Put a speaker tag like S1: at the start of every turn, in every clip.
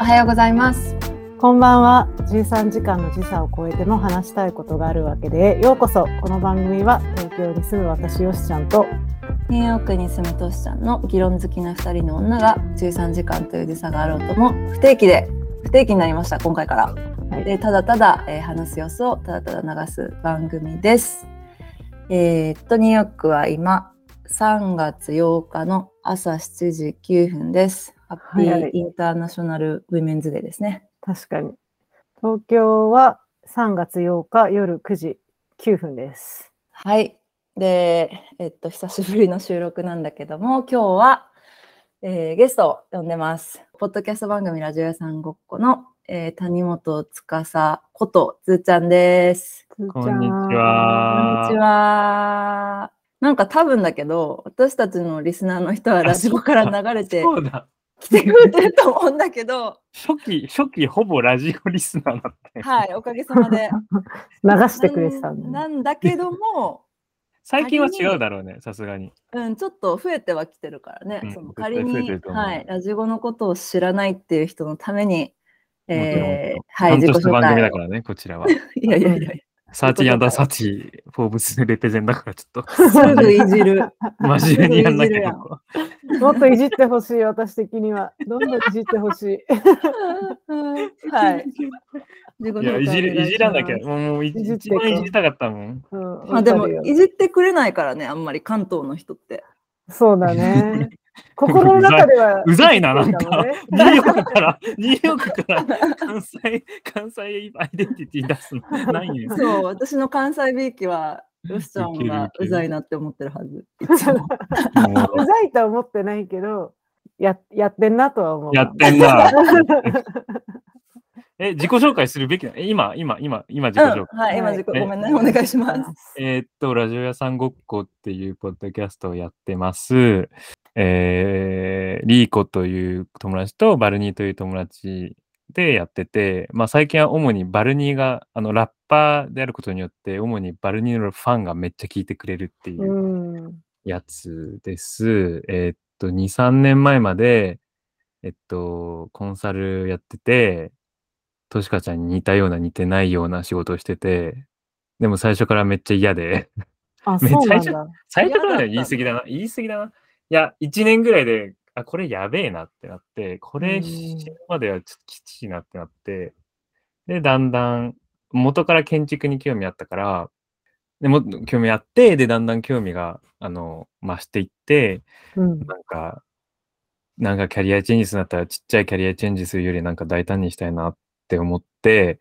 S1: おはようございます。
S2: こんばんは。13時間の時差を超えての話したいことがあるわけで、ようこそ。この番組は東京に住む私よしちゃんと、
S1: ニューヨークに住むとしちゃんの議論好きな二人の女が13時間という時差があろうとも不定期で不定期になりました今回から。
S2: はい
S1: でただただ、えー話す様子をただただ流す番組です。えーっとニューヨークは今3月8日の朝7時9分です。ハッピ
S2: は
S1: ー
S2: い
S1: インターナショナルウィメンズデーですね。
S2: 確かに。東京は3月8日夜9時9分です。
S1: はい。で、えっと久しぶりの収録なんだけども、 今日は、えーゲストを呼んでます。ポッドキャスト番組ラジオ屋さんごっこの、えー谷本司ことずーちゃんです。
S2: こん
S3: こんにち
S1: こんにち
S3: は。
S1: は。なんか多分だけど、私たちのリスナーの人はラジオから流れて
S3: そうだ。
S1: 来てくれてると思うんだけ ど、
S3: 初期、初期ほぼラジオリスナーだったよ。
S1: はい、おかげさまで。
S2: 流 してくれてたんだ、
S1: な
S2: ね。
S1: んだけども、
S3: 最近は
S1: 仮に
S3: 違うだろうね、さすがに。
S1: うん、ちょっと増えてはきてるからね、
S3: うん
S1: その
S3: 絶対
S1: 仮
S3: 増えて
S1: に
S3: る、と思う
S1: はい、ラジオのことを知らないっていう人のために、えー、は
S3: ちゃ
S1: い、
S3: ん
S1: 自
S3: と
S1: 己
S3: した
S1: 紹
S3: 番組
S1: 介。
S3: だからね、こ ちらは。
S1: いやいやいや、
S3: サーティアンダーサーティフォーブスレペゼンだから、ち ょっ
S1: すぐいじる。
S3: と、真面目にやんなきゃ
S1: や
S3: よ
S1: ん
S3: こ
S2: もっといじってほしい、私的には。どんどんいじってほしい。
S1: はい。自己紹
S3: う。
S1: 介
S3: いや、いじる、いじらなきゃ。
S1: お願いし
S3: もう、い
S2: いじって
S3: 一
S2: こう
S3: 番いじりたかったも ん。
S2: うん
S1: ますまあでも
S2: わかるよ、
S1: いじってくれないからね、あんまり関東の人 って。
S2: そうだね。心の中では。
S3: うざいななんか
S2: いじってもね
S3: ニューヨークから、ニューヨークから関西、関西アイデンティティ出すの。 ないね。
S1: そう、私の関西びいきは、ロシちゃん
S3: いける
S1: が
S3: いけ
S1: う
S3: る
S1: ざいなって思ってるは ず。いつも
S2: うざいとは思ってないけど、ややってんなとは思う。。
S3: やって んな。え、自己紹介するべきなえ、今、今、今、今自己紹介。
S1: うん、はい、今自己、
S3: ね
S1: ごめんね、お願いします。
S3: えーっと、ラジオ屋さんごっこっていうポッドキャストをやってます。えー、リーコという友達とバルニーという友達でやってて、まあ最近は主にバルニーが、あの、ラッパーであることによって、主にバルニーのファンがめっちゃ聞いてくれるっていううんやつです。えーっと、2、3年前まで、えっと、コンサルやってて、としかちゃんに似たような似てないような仕事をしてて、でも最初からめっちゃ嫌で、
S2: あ、
S3: めっちゃ
S2: そうなん
S3: いじ
S2: だ。
S3: 最初から
S1: 嫌だったの
S3: ね言い過ぎだな、言い過ぎだな。いや、1年ぐらいで、あ、これやべえなってなって、こ
S2: う
S3: れ
S2: ん
S3: 死ぬまではちょっときついなってなって、で、だんだん、元から建築に興味あったから、でもっと興味あって、で、だんだん興味が、あの、増していって、
S2: うん。
S3: なんか、なんかキャリアチェンジするんだったらちっちゃいキャリアチェンジするよりなんか大胆にしたいなって思って、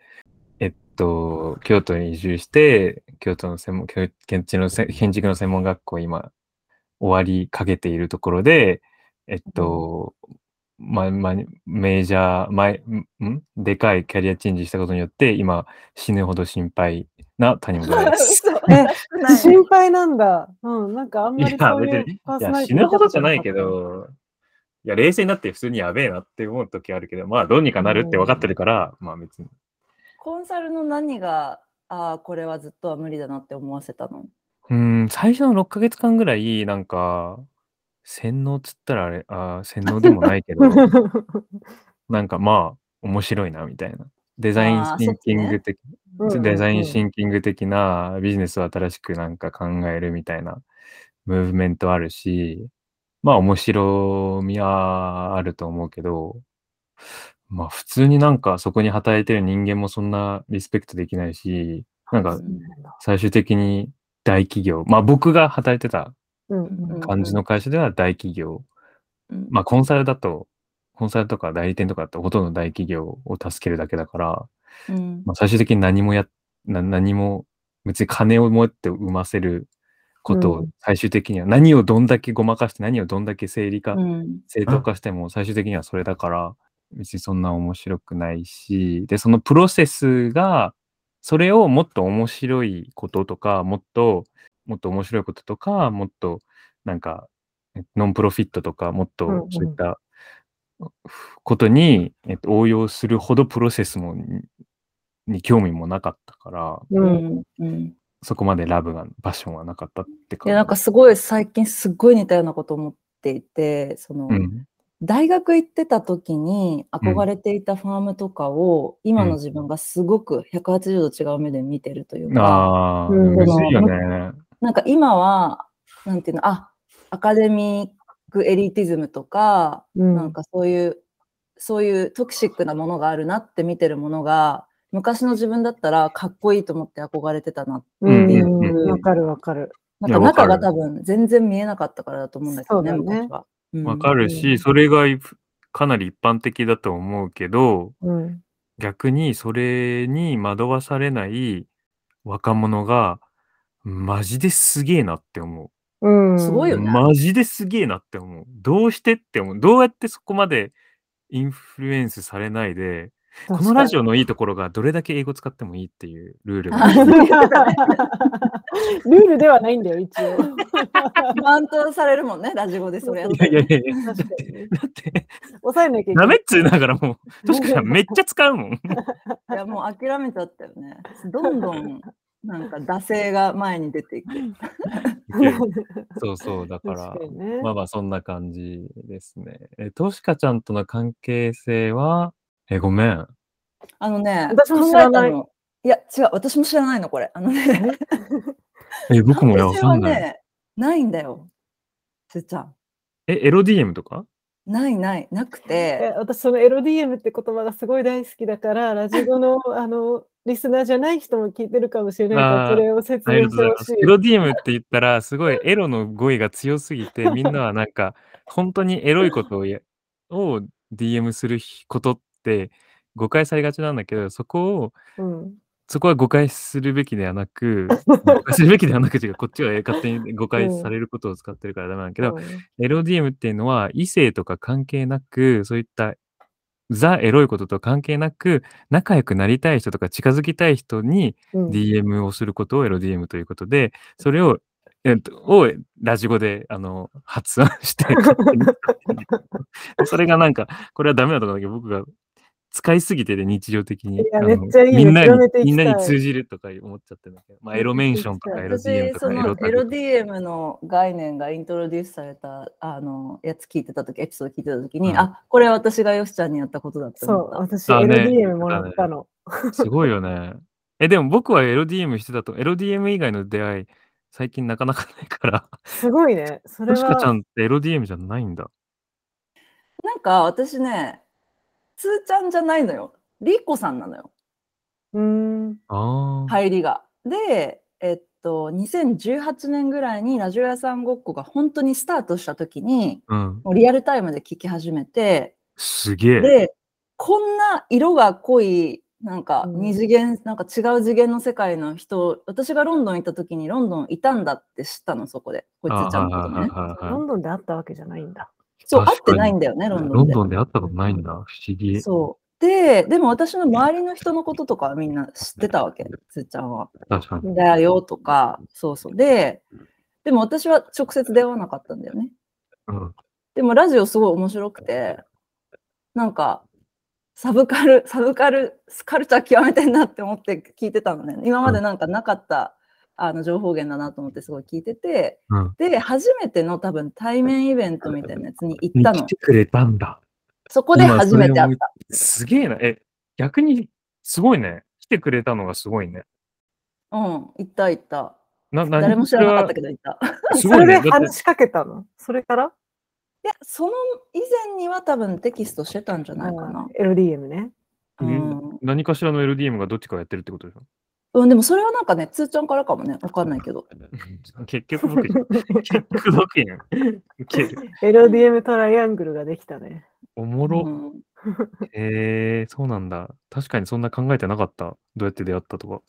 S3: えっと、京都に移住して、京都の専門、教建築のせ建築の専門学校今、終わりかけているところで、えっと、ま、ま、メジャー、ま、んでかいキャリアチェンジしたことによって、今、死ぬほど心配な谷本で す。
S1: 嘘
S2: え
S1: ない
S2: 心配なんだ。うん、なんかあんまり
S3: いや
S2: そういう
S3: 別に
S2: パー
S3: い
S2: ソナ
S3: や
S2: リテ
S3: 死
S2: ィ
S3: ぬほどじゃないけ。ど、いや冷静になって普通にやべえなって思う時あるけど、まあどうにかなるって分かってるから、まあ別に。
S1: コンサルの何が、ああ、これはずっとは無理だなって思わせたの
S3: うん、最初の6ヶ月間ぐらい、なんか、洗脳っつったらあれ、あー洗脳でもない けど、なんかまあ面白いなみたいな。デザイン
S1: あー
S3: シンキング的、デザインシ
S2: ン。
S3: ンキング的なビジネスを新しくなんか考えるみたいなムーブメントあるし、まあ面白みはあると思うけど、まあ普通になんかそこに働いてる人間もそんなリスペクトできないし、なんか最終的に大企業、まあ僕が働いてた
S2: うん
S1: うん
S3: 感じの会社では大企業、
S1: うん
S3: まあコンサルだと、コンサルとか代理店とかだとほとんど大企業を助けるだけだから、
S1: うん
S3: まあ、最終的に何もや、な何も、別に金を持って生ませること
S2: う
S3: を最終的には、何をどんだけごまかして、何をどんだけ整理化、
S1: うん
S3: 正当化しても最終的にはそれだから、別にそんな面白くないし、で、そのプロセスが、それをもっと面白いこととか、もっと、もっと面白いこととか、もっと、なんか、ノンプロフィットとか、もっと
S2: うんうん
S3: そういったことに、えっと、応用するほどプロセスもにに興味もなかったから、
S2: う。
S1: うんんうん
S3: そこまでラブが、パッションはなかったって
S1: い
S3: 感じ。
S1: やなんかすごい最近すっごい似たようなこと思っていてその、
S3: うん、
S1: 大学行ってた時に憧れていたファームとかを、今の自分がすごく180度違う目で見てるというか、
S3: ああ、
S2: うん
S3: 嬉しいよね。
S1: なんか今は、なんていうの、あ、アカデミックエリティズムとか、
S2: うん
S1: なんかそういう、そういうトキシックなものがあるなって見てるものが、昔の自分だったらかっこいいと思って憧れてたな。
S2: うん
S3: うん
S1: うんうん
S2: わかるわかる。
S1: なん
S3: い
S1: か
S3: やわ
S1: 中
S3: かる
S1: が多分全然見えなかったからだと思うんだけどね、
S2: そうだね
S1: 昔は。うん
S3: わかる
S2: う
S3: し、
S2: ん
S3: それがかなり一般的だと思うけど、
S2: うん。
S3: 逆にそれに惑わされない若者が、マジですげえなって思
S2: うん、
S1: すごいよ
S3: う。
S1: ね
S3: マジですげえなって思う。どうしてって思う。どうやってそこまでインフルエンスされないで、このラジ
S2: オ。
S3: オのいいところがどれだけ英語使ってもいいっていうルール
S1: あ
S3: があ
S2: ル
S3: る。
S2: ールではないんだよ、一応。
S1: 満タされるもんね、ラジオでそれやっ
S3: い
S1: た
S3: や
S1: ら
S3: いやいやいや、
S2: 確か に。
S3: だって、
S2: 抑えなきゃいけ
S3: ダ
S2: な
S3: メっ
S2: い。
S3: つうながらもう、確かにめっちゃ使うもん。
S1: いやもう諦めちゃったよね。どんどんなんか惰性が前に出ていく。
S3: そうそう、だから
S2: 確か、にね。
S3: まあまあそんな感じですね。え、としかちゃんとの関係性は、え、ごめん。
S1: あのね、
S2: 私も知らな
S1: 考
S2: い
S1: えたのいや違う、私も知らないのこれ。あのね、
S3: え、僕もねわ
S1: 関係性
S3: か
S1: は
S3: んない。
S1: ね、ないんだよ。すーちゃん、
S3: え、エロ DM とか
S1: ないないなく
S2: え
S1: て、
S2: 私その LDM って言葉がすごい大好きだから ラジオのあのリスナーじゃない人も聞いてるかもしれないから
S3: あー
S2: それを説
S3: あり
S2: 明
S3: が
S2: して
S3: とうござい
S2: ほ
S3: ま
S2: し
S3: す。
S2: い
S3: エ。ロ DM って言ったら、すごいエロの語彙が強す ぎて、みんなはなんか、本当にエロいことをやを DM することって誤解されがちなんだけど、そこを、
S2: うん
S3: そこは誤解するべきではなく、誤解するべきではなくていうか、こっちは勝手に誤解されることを使ってるからダメなんだけど、LDM っていうのは異性とか関係なくそういったザ・エロいことと関係なく仲良くなりたい人とか近づきたい人に
S2: うん
S3: DM をすることを LDM ということでそれを,、えっと、をラジオであの発案して勝手に使ってるそれがなんかこれはダメだとかだけど僕が使いすぎてで日常的に
S2: いや
S3: あの
S2: めっちゃいいね
S3: みんな
S2: 広め
S3: に
S2: ていきた
S3: み
S2: い
S3: んなに通じるとか思っちゃってるんだけど、まあ、エロメンションとか
S2: 広
S3: LDM
S1: 私
S3: と
S1: そ
S3: かエ
S1: の
S3: ロタグとか
S1: LDM の概念がイントロデュースされたあのやつ聞いてた時、エピソード聞いてた時に、
S3: うん
S1: あこれ私がよしちゃんにやったことだって
S2: そ
S1: 思
S2: う
S1: った。
S2: 私
S3: だね
S2: LDM もらったの。
S3: すごいよね。え、でも僕は LDM してたと、LDM 以外の出会い、最近なかなかないから、
S2: すごいね。それ
S3: としかちゃ
S2: は
S3: んって LDM じゃないんだ。
S1: なんか私ね、つーちゃんじゃないのよ。りっこさんなのよ、
S2: うーん
S3: ああ。い。
S1: 入りが。で、えっと、2018年ぐらいにラジオ屋さんごっこが本当にスタートした時に、
S3: うん。
S1: もうリアルタイムで聞き始めて、
S3: すげえ。
S1: で、こんな色が濃い、なんか
S2: うん
S1: 二次元、なんか違う次元の世界の人、私がロンドン行った時にロンドンいたんだって知ったの、そこで。こい
S3: あ
S1: つー
S3: ー
S1: ちゃんのことね。
S3: はいはい
S2: ロ
S3: はい
S2: ンドンで会ったわけじゃないんだ。
S1: そう、会っ
S3: 確か
S1: て
S3: に
S1: ないんだよね、ロンド
S3: ロ
S1: ン
S3: ン
S1: で。
S3: ドンで会ったことないんだ。不思議。
S1: そう。で、でも私の周りの人のこととかはみんな知ってたわけ、つーちゃんは。
S3: 確かに。
S1: だよとか、そうそう。で、でも私は直接出会わなかったんだよね。
S3: うん。
S1: でもラジオすごい面白くて、なんか、サブカル、サブカル、カルチャー極めてんなって思って聞いてたのね。今までなんかなかった、あの情報源だなと思ってすごい聞いてて、
S3: うん
S1: で、初めての多分対面イベントみたいなやつに行った
S3: 来
S1: の
S3: て。くれたんだ。
S1: そこで初めて会った。
S3: すげえな。え、逆に、すごいね。来てくれたのがすごいね。
S1: うん、行った行った。
S3: な、何
S1: 誰も知らなかったけど行った。
S3: ど。す
S2: そ
S3: ごい
S2: れで
S3: ね。だって
S2: 話しかけたの。それから
S1: いや、その以前には多分テキストしてたんじゃないかな。
S2: うん LDM ね。
S3: う
S1: うんん、
S3: 何かしらの LDM がどっちかをやってるってことでしょ
S1: うん、でもそれはなんかね、つーちゃんからかもね、わかんないけど。
S3: 結局僕じゃん。結局僕やん。ウケる。
S2: LDM トライアングルができたね。
S3: おも
S1: う
S3: ろ。
S1: ん
S3: えー、そうなんだ。確かにそんな考えてなかった。どうやって出会ったとか。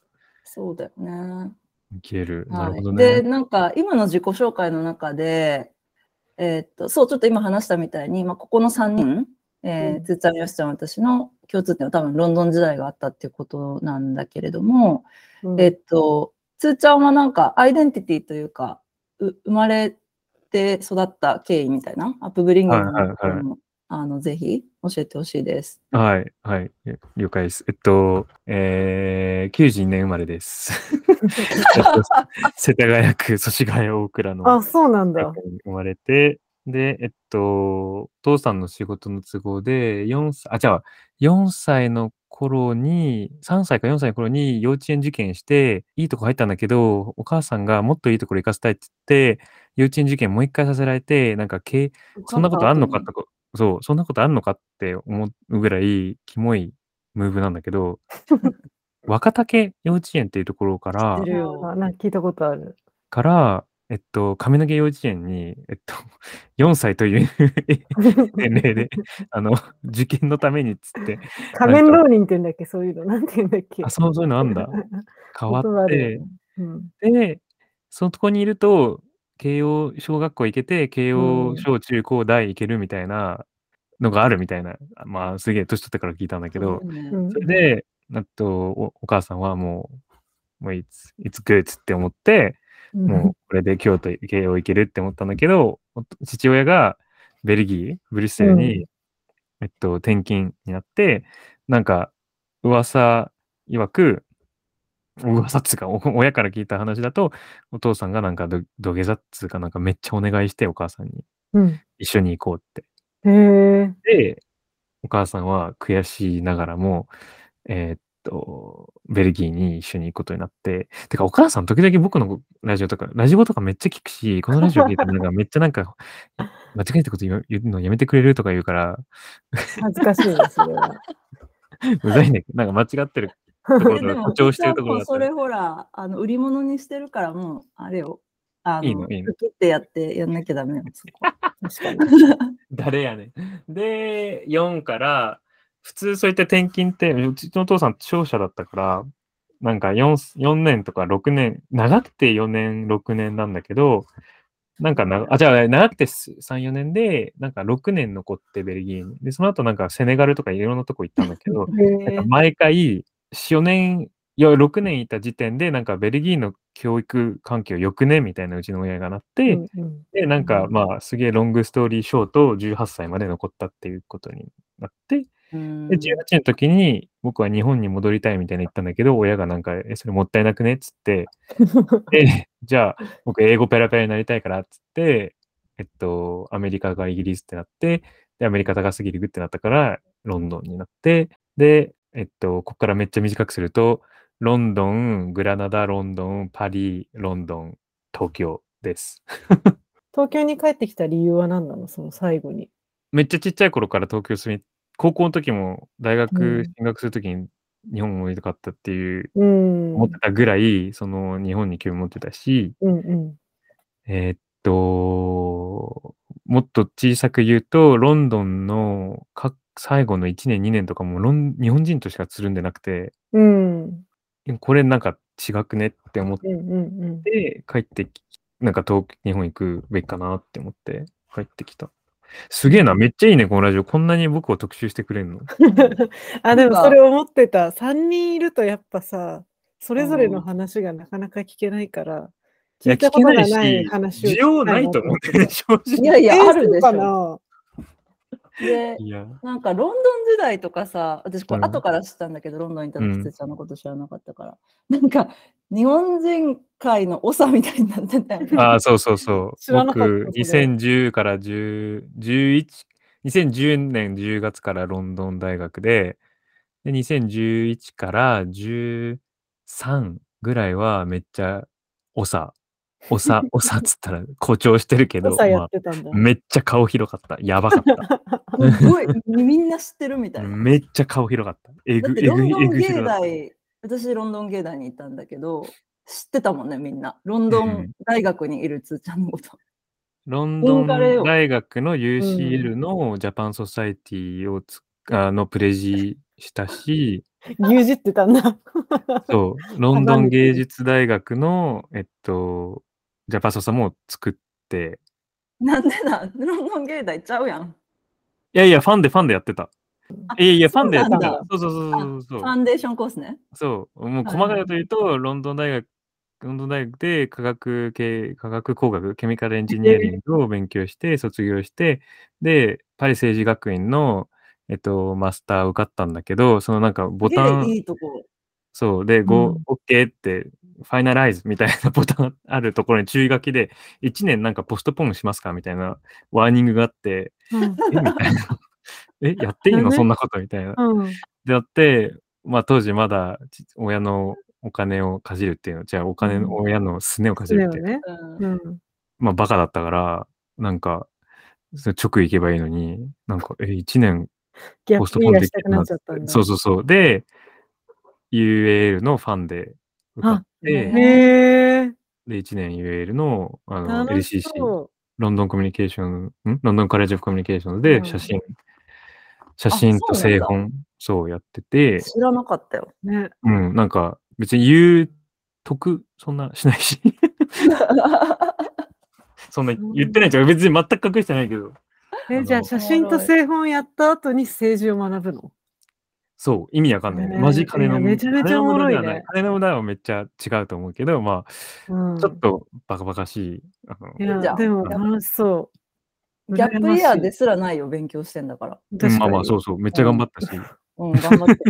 S1: そうだよね。
S3: ウケる。な
S1: は
S3: るほど
S1: い、
S3: ね
S1: で、。なんか今の自己紹介の中で、えーっと、そう、ちょっと今話したみたいに、まあ、ここの3人、え
S2: う
S1: ー、
S2: ん
S1: つーちゃん、よしちゃん、私の共通点は多分ロンドン時代があったっていうことなんだけれども、
S2: うん
S1: えーっと、つーちゃんはなんかアイデンティティというか、う生まれて育った経緯みたいな、アップブリングの
S3: はいはいはい
S1: あの、ぜひ教えてほしいです。
S3: はい、はい。え了解です。えっと、えー、92年生ま れです。 えっと世田谷区、祖師ヶ谷大倉の
S2: あ、そうなんだ。
S3: 生まれて、で、えっと、お父さんの仕事の都合で、4歳、あ、じゃあ、4歳の頃に、3歳か4歳の頃に幼稚園受験して、いいとこ入ったんだけど、お母さんがもっといいところ行かせたいって言って、幼稚園受験もう一回させられて、なんか、けそんなことあんのかってこ、そう、そんなことあんのかって思うぐらい、キモいムーブなんだけ ど、若竹幼稚園っていうところから、
S1: 知ってるよ
S2: あなんか聞いたことある。
S3: から、えっと、上野毛幼稚園に、えっと、4歳という年齢で、あの、受験のためにっつって。
S2: 仮面浪人って言うんだっけそういうの。なんて言うんだっけ
S3: あ、そうそういうのあん だ。変わって、
S2: うん、
S3: で、そこにいると、慶応小学校行けて、慶応小中高大行けるみたいなのがあるみたいな、うん、まあ、すげえ年取ってから聞いたんだけど、、
S1: うん
S3: それで、あとお、お母さんはもう、もういつ、いつくっつって思って、もうこれで京都、慶応行けるって思ったんだけど、父親がベルギー、ブリュッセルに、うん、えっと、転勤になって、なんか、噂曰く、噂っつうか、親から聞いた話だと、お父さんがなんか土下座っつうかなんかめっちゃお願いして、お母さんに。
S2: うん、
S3: 一緒に行こうって。
S2: へ
S3: で、お母さんは悔しいながらも、えー、っと、ベルギーに一緒に行くことになって、てかお母さん時々僕のラジオとか、ラジオとかめっちゃ聞くし、このラジオ聞いたらなんかめっちゃなんか、間違えたこと言うのやめてくれるとか言うから、
S2: 恥ずかしいですよ。
S3: うざいね。なんか間違ってるところ、誇張してるところだった
S1: それほら、あの売り物にしてるからもう、あれを。あ
S3: いいのいいの。
S1: 切ってやってやんなきゃダメよ、そ こ。確か
S3: に。誰やねん。で、4から普通そういった転勤って、うちのお父さん商社だったから、なんか 4, 4年とか6年、長くて4年、6年なんだけど、なんかな、あ、じゃあ長くて3、4年で、なんか6年残ってベルギーに。で、その後なんかセネガルとかいろんなとこ行ったんだ けど、なんか毎回4年、いや、6年いた時点で、なんかベルギーの教育環境よくねみたいなうちの親がなって、
S2: うんうん、
S3: で、なんかまあ、すげえロングストーリーショート、18歳まで残ったっていうことになって、
S1: で
S3: 18の時に僕は日本に戻りたいみたいに言ったんだけど親がなんか「えそれもったいなくね」っつってえ「じゃあ僕英語ペラペラになりたいから」っつってえっとアメリカがイギリスってなってでアメリカ高すぎるってなったからロンドンになってでえっとここからめっちゃ短くするとロンドングラナダロンドンパリロンドン東京です
S2: 東京に帰ってきた理由は何なのその最後に
S3: めっちゃちっちゃい頃から東京住み高校の時も大学進学する時に日本もいたかったっていう、
S2: うん、
S3: 思ってたぐらいその日本に興味持ってたし、、
S2: うんうん
S3: えー、っともっと小さく言うとロンドンの最後の1年2年とかも日本人としかつるんでなくて、
S2: うん、
S3: これなんか違くねって思って、
S2: うんうんうん、
S3: 帰ってきなんか東日本行くべきかなって思って帰ってきた。すげえな、めっちゃいいね、このラジオ。こんなに僕を特集してくれるの。
S2: あ、でもそれ思ってた。3人いるとやっぱさ、それぞれの話がなかなか聞けないから、
S3: 聞いたことが
S2: ない話
S3: を需要ないと思って、ね、正直。
S1: いやいや、あるでし
S2: ょ。
S1: で、なんかロンドン時代とかさ、私これ後から知ったんだけど、うん、ロンドンにいた時、つちゃんのこと知らなかったから、うん、なんか日本人界の長みたいになってたよね。
S3: ああ、そうそう そう。
S2: 知らな
S3: かった僕、2010から10 11、2010年10月からロンドン大学で、で2011から13ぐらいはめっちゃ長。お さ、おさっつったら誇張してるけど、
S2: ま
S3: あ、めっちゃ顔広かった。やばかった。
S1: すごい、みんな知ってるみたいな。
S3: めっちゃ顔広かった。えぐ、え
S1: ぐ、
S3: えぐ
S1: 広かった。私、ロンドン芸大に行ったんだけど、知ってたもんね、みんな。ロンドン大学にいるつーちゃんのこと。
S3: うん、ロンドン大学の UCL のジャパンソサイティをつ、うん、あのプレジしたし、
S2: 牛耳ってたんだ。
S3: そう、ロンドン芸術大学の、えっと、ジャパソサも作って。
S1: なんでだロンドン芸大ちゃうやん。
S3: いやいや、ファンでファンでやってた。いやいや、ファンでやってた。そうそう
S1: そうそうファンデーションコースね。
S3: そう。もう細かいと言うと、ロンドン大学、ロンドン大学で科学系、科学工学、ケミカルエンジニアリングを勉強して、卒業して、で、パリ政治学院の、えっと、マスター受かったんだけど、そのなんかボタン、
S1: いいとこ
S3: そう、で、5、うん、OK ってファイナライズみたいなボタンあるところに注意書きで、1年なんかポストポンしますかみたいなワーニングがあって、
S2: うん
S3: えみたいな。 え、やっていいの
S2: ね
S3: そんなことみたいな。
S2: うん
S3: であって、まあ当時まだち親のお金をかじるっていうの、じゃあお金の、親のすねをかじ
S2: だ
S3: るっ
S2: よ
S3: ていう、
S2: ね。うん。
S3: まあバカだったから、なんか、その直行けばいいのに、なんか、え、1年、
S2: ギャ
S3: ポ
S2: ッ
S3: ス
S2: プ
S3: トポン
S2: が
S3: で
S2: し
S3: き
S2: た
S3: る
S2: く
S3: な
S2: なっ
S3: っ
S2: てちゃったんだ。
S3: そうそうそう。で、UAL のファンで受かって、
S1: ね
S2: へえ。
S3: で、1年 UAL のあの
S2: 楽し
S3: LCC、
S2: そう。
S3: ロンドンコミュニケーション、んロンドンカレッジオブコミュニケーション
S2: う
S3: で
S2: ん
S3: 写真、写真と
S1: そうなん
S3: 製
S1: だ
S3: 本、そうやってて、
S1: 知らなかった よ。
S2: ね。
S3: うん、なんか別に言う、得、そんなしないし、 そんな言ってないじゃん。別に全く隠してないけど、
S2: え、じゃあ写真と製本やった後に政治を学ぶの。
S3: そう、意味わかんないね。
S2: ね
S3: マジ金の
S2: いやめちゃめちゃおもろいね
S3: 金の無駄ではな金の無駄はめっちゃ違うと思うけど、ま
S2: うん
S3: あ、ちょっとバカバカしい。あの
S2: いや
S1: じゃあ
S2: でも楽しそう。。
S1: ギャップイヤーですすらないよ、勉強してんだから。
S2: 確
S3: う
S2: か
S3: ん
S2: に
S3: まあまあ、そうそう、めっちゃ頑張ったし。
S1: うん、頑張 って。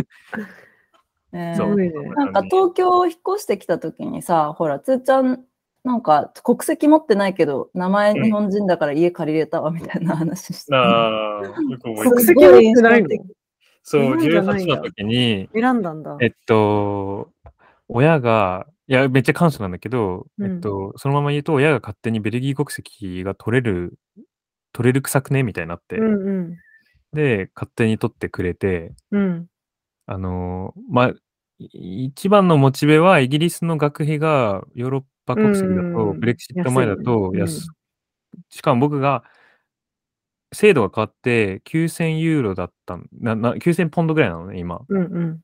S1: ねえ
S3: そ
S2: す
S3: う
S2: ごいね
S1: なんか東京を引っ越してきた時にさ、ほら、つーちゃん、なんか国籍持ってないけど、名前
S3: うん
S1: 日本人だから家借りれたわみたいな話して。
S3: ああ、よく覚えて
S2: 国籍
S3: る。
S2: 持ってないの
S1: すごい印象的
S3: そう、
S2: 日本じゃない
S3: 18
S2: んだ
S3: の時に、
S2: 選んだんだ。
S3: えっと、親が、いや、めっちゃ感謝なんだけど、
S2: うん
S3: えっと、そのまま言うと、親が勝手にベルギー国籍が取れる、取れる臭くねみたいになって、
S2: うんうん
S3: で、勝手に取ってくれて、
S2: うん
S3: あのーまあ、い一番のモチベはイギリスの学費がヨーロッパ国
S2: う
S3: 籍だと、
S2: ん
S3: ブレクシット前だと
S2: 安いね
S3: 安、しかも僕が、制度が変わって9000ユーロだったんなな、9000ポンドぐらいなのね、今。
S2: うんうん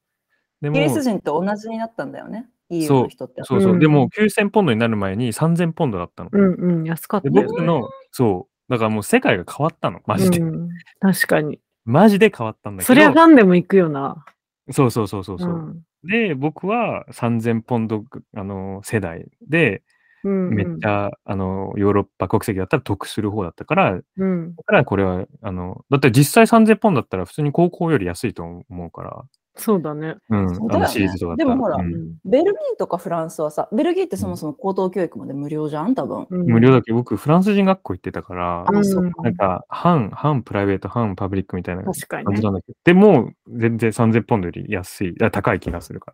S3: で
S1: イギリス人と同じになったんだよね、EU の人って。
S3: そうそう、
S2: うん
S3: でも9000ポンドになる前に3000ポンドだったの。
S2: うんうん安かった
S3: で
S2: よね。
S3: 僕の、そう、だからもう世界が変わったの、マジで。
S2: うん確かに。
S3: マジで変わったんだけど。
S2: そりゃファンでも行くよな。
S3: そうそうそうそうそう、
S2: うん
S3: で、僕は3000ポンド、あの世代で、
S2: うんうん
S3: めっちゃ、あのヨーロッパ国籍だったら得する方だったから、
S2: うん
S3: だからこれは、あの、だって実際3000ポンドだったら普通に高校より安いと思うから、
S2: そうだね。
S3: うん、
S1: そうだよね
S3: あのシリーズとかだった
S1: でもほら
S3: う
S2: うんん
S1: ベルギーとかフランスはさ、ベルギーってそもそも高等教育まで無料じゃん、多分。
S2: うん
S3: 無料だけど、僕、フランス人学校行ってたから、
S2: うん
S1: そう
S3: なんか、半、半プライベート、半パブリックみたいな感
S2: 確かに
S3: じ
S2: ね
S3: な。んだけど、でも、全然3000ポンドより安い、あ高い気がするか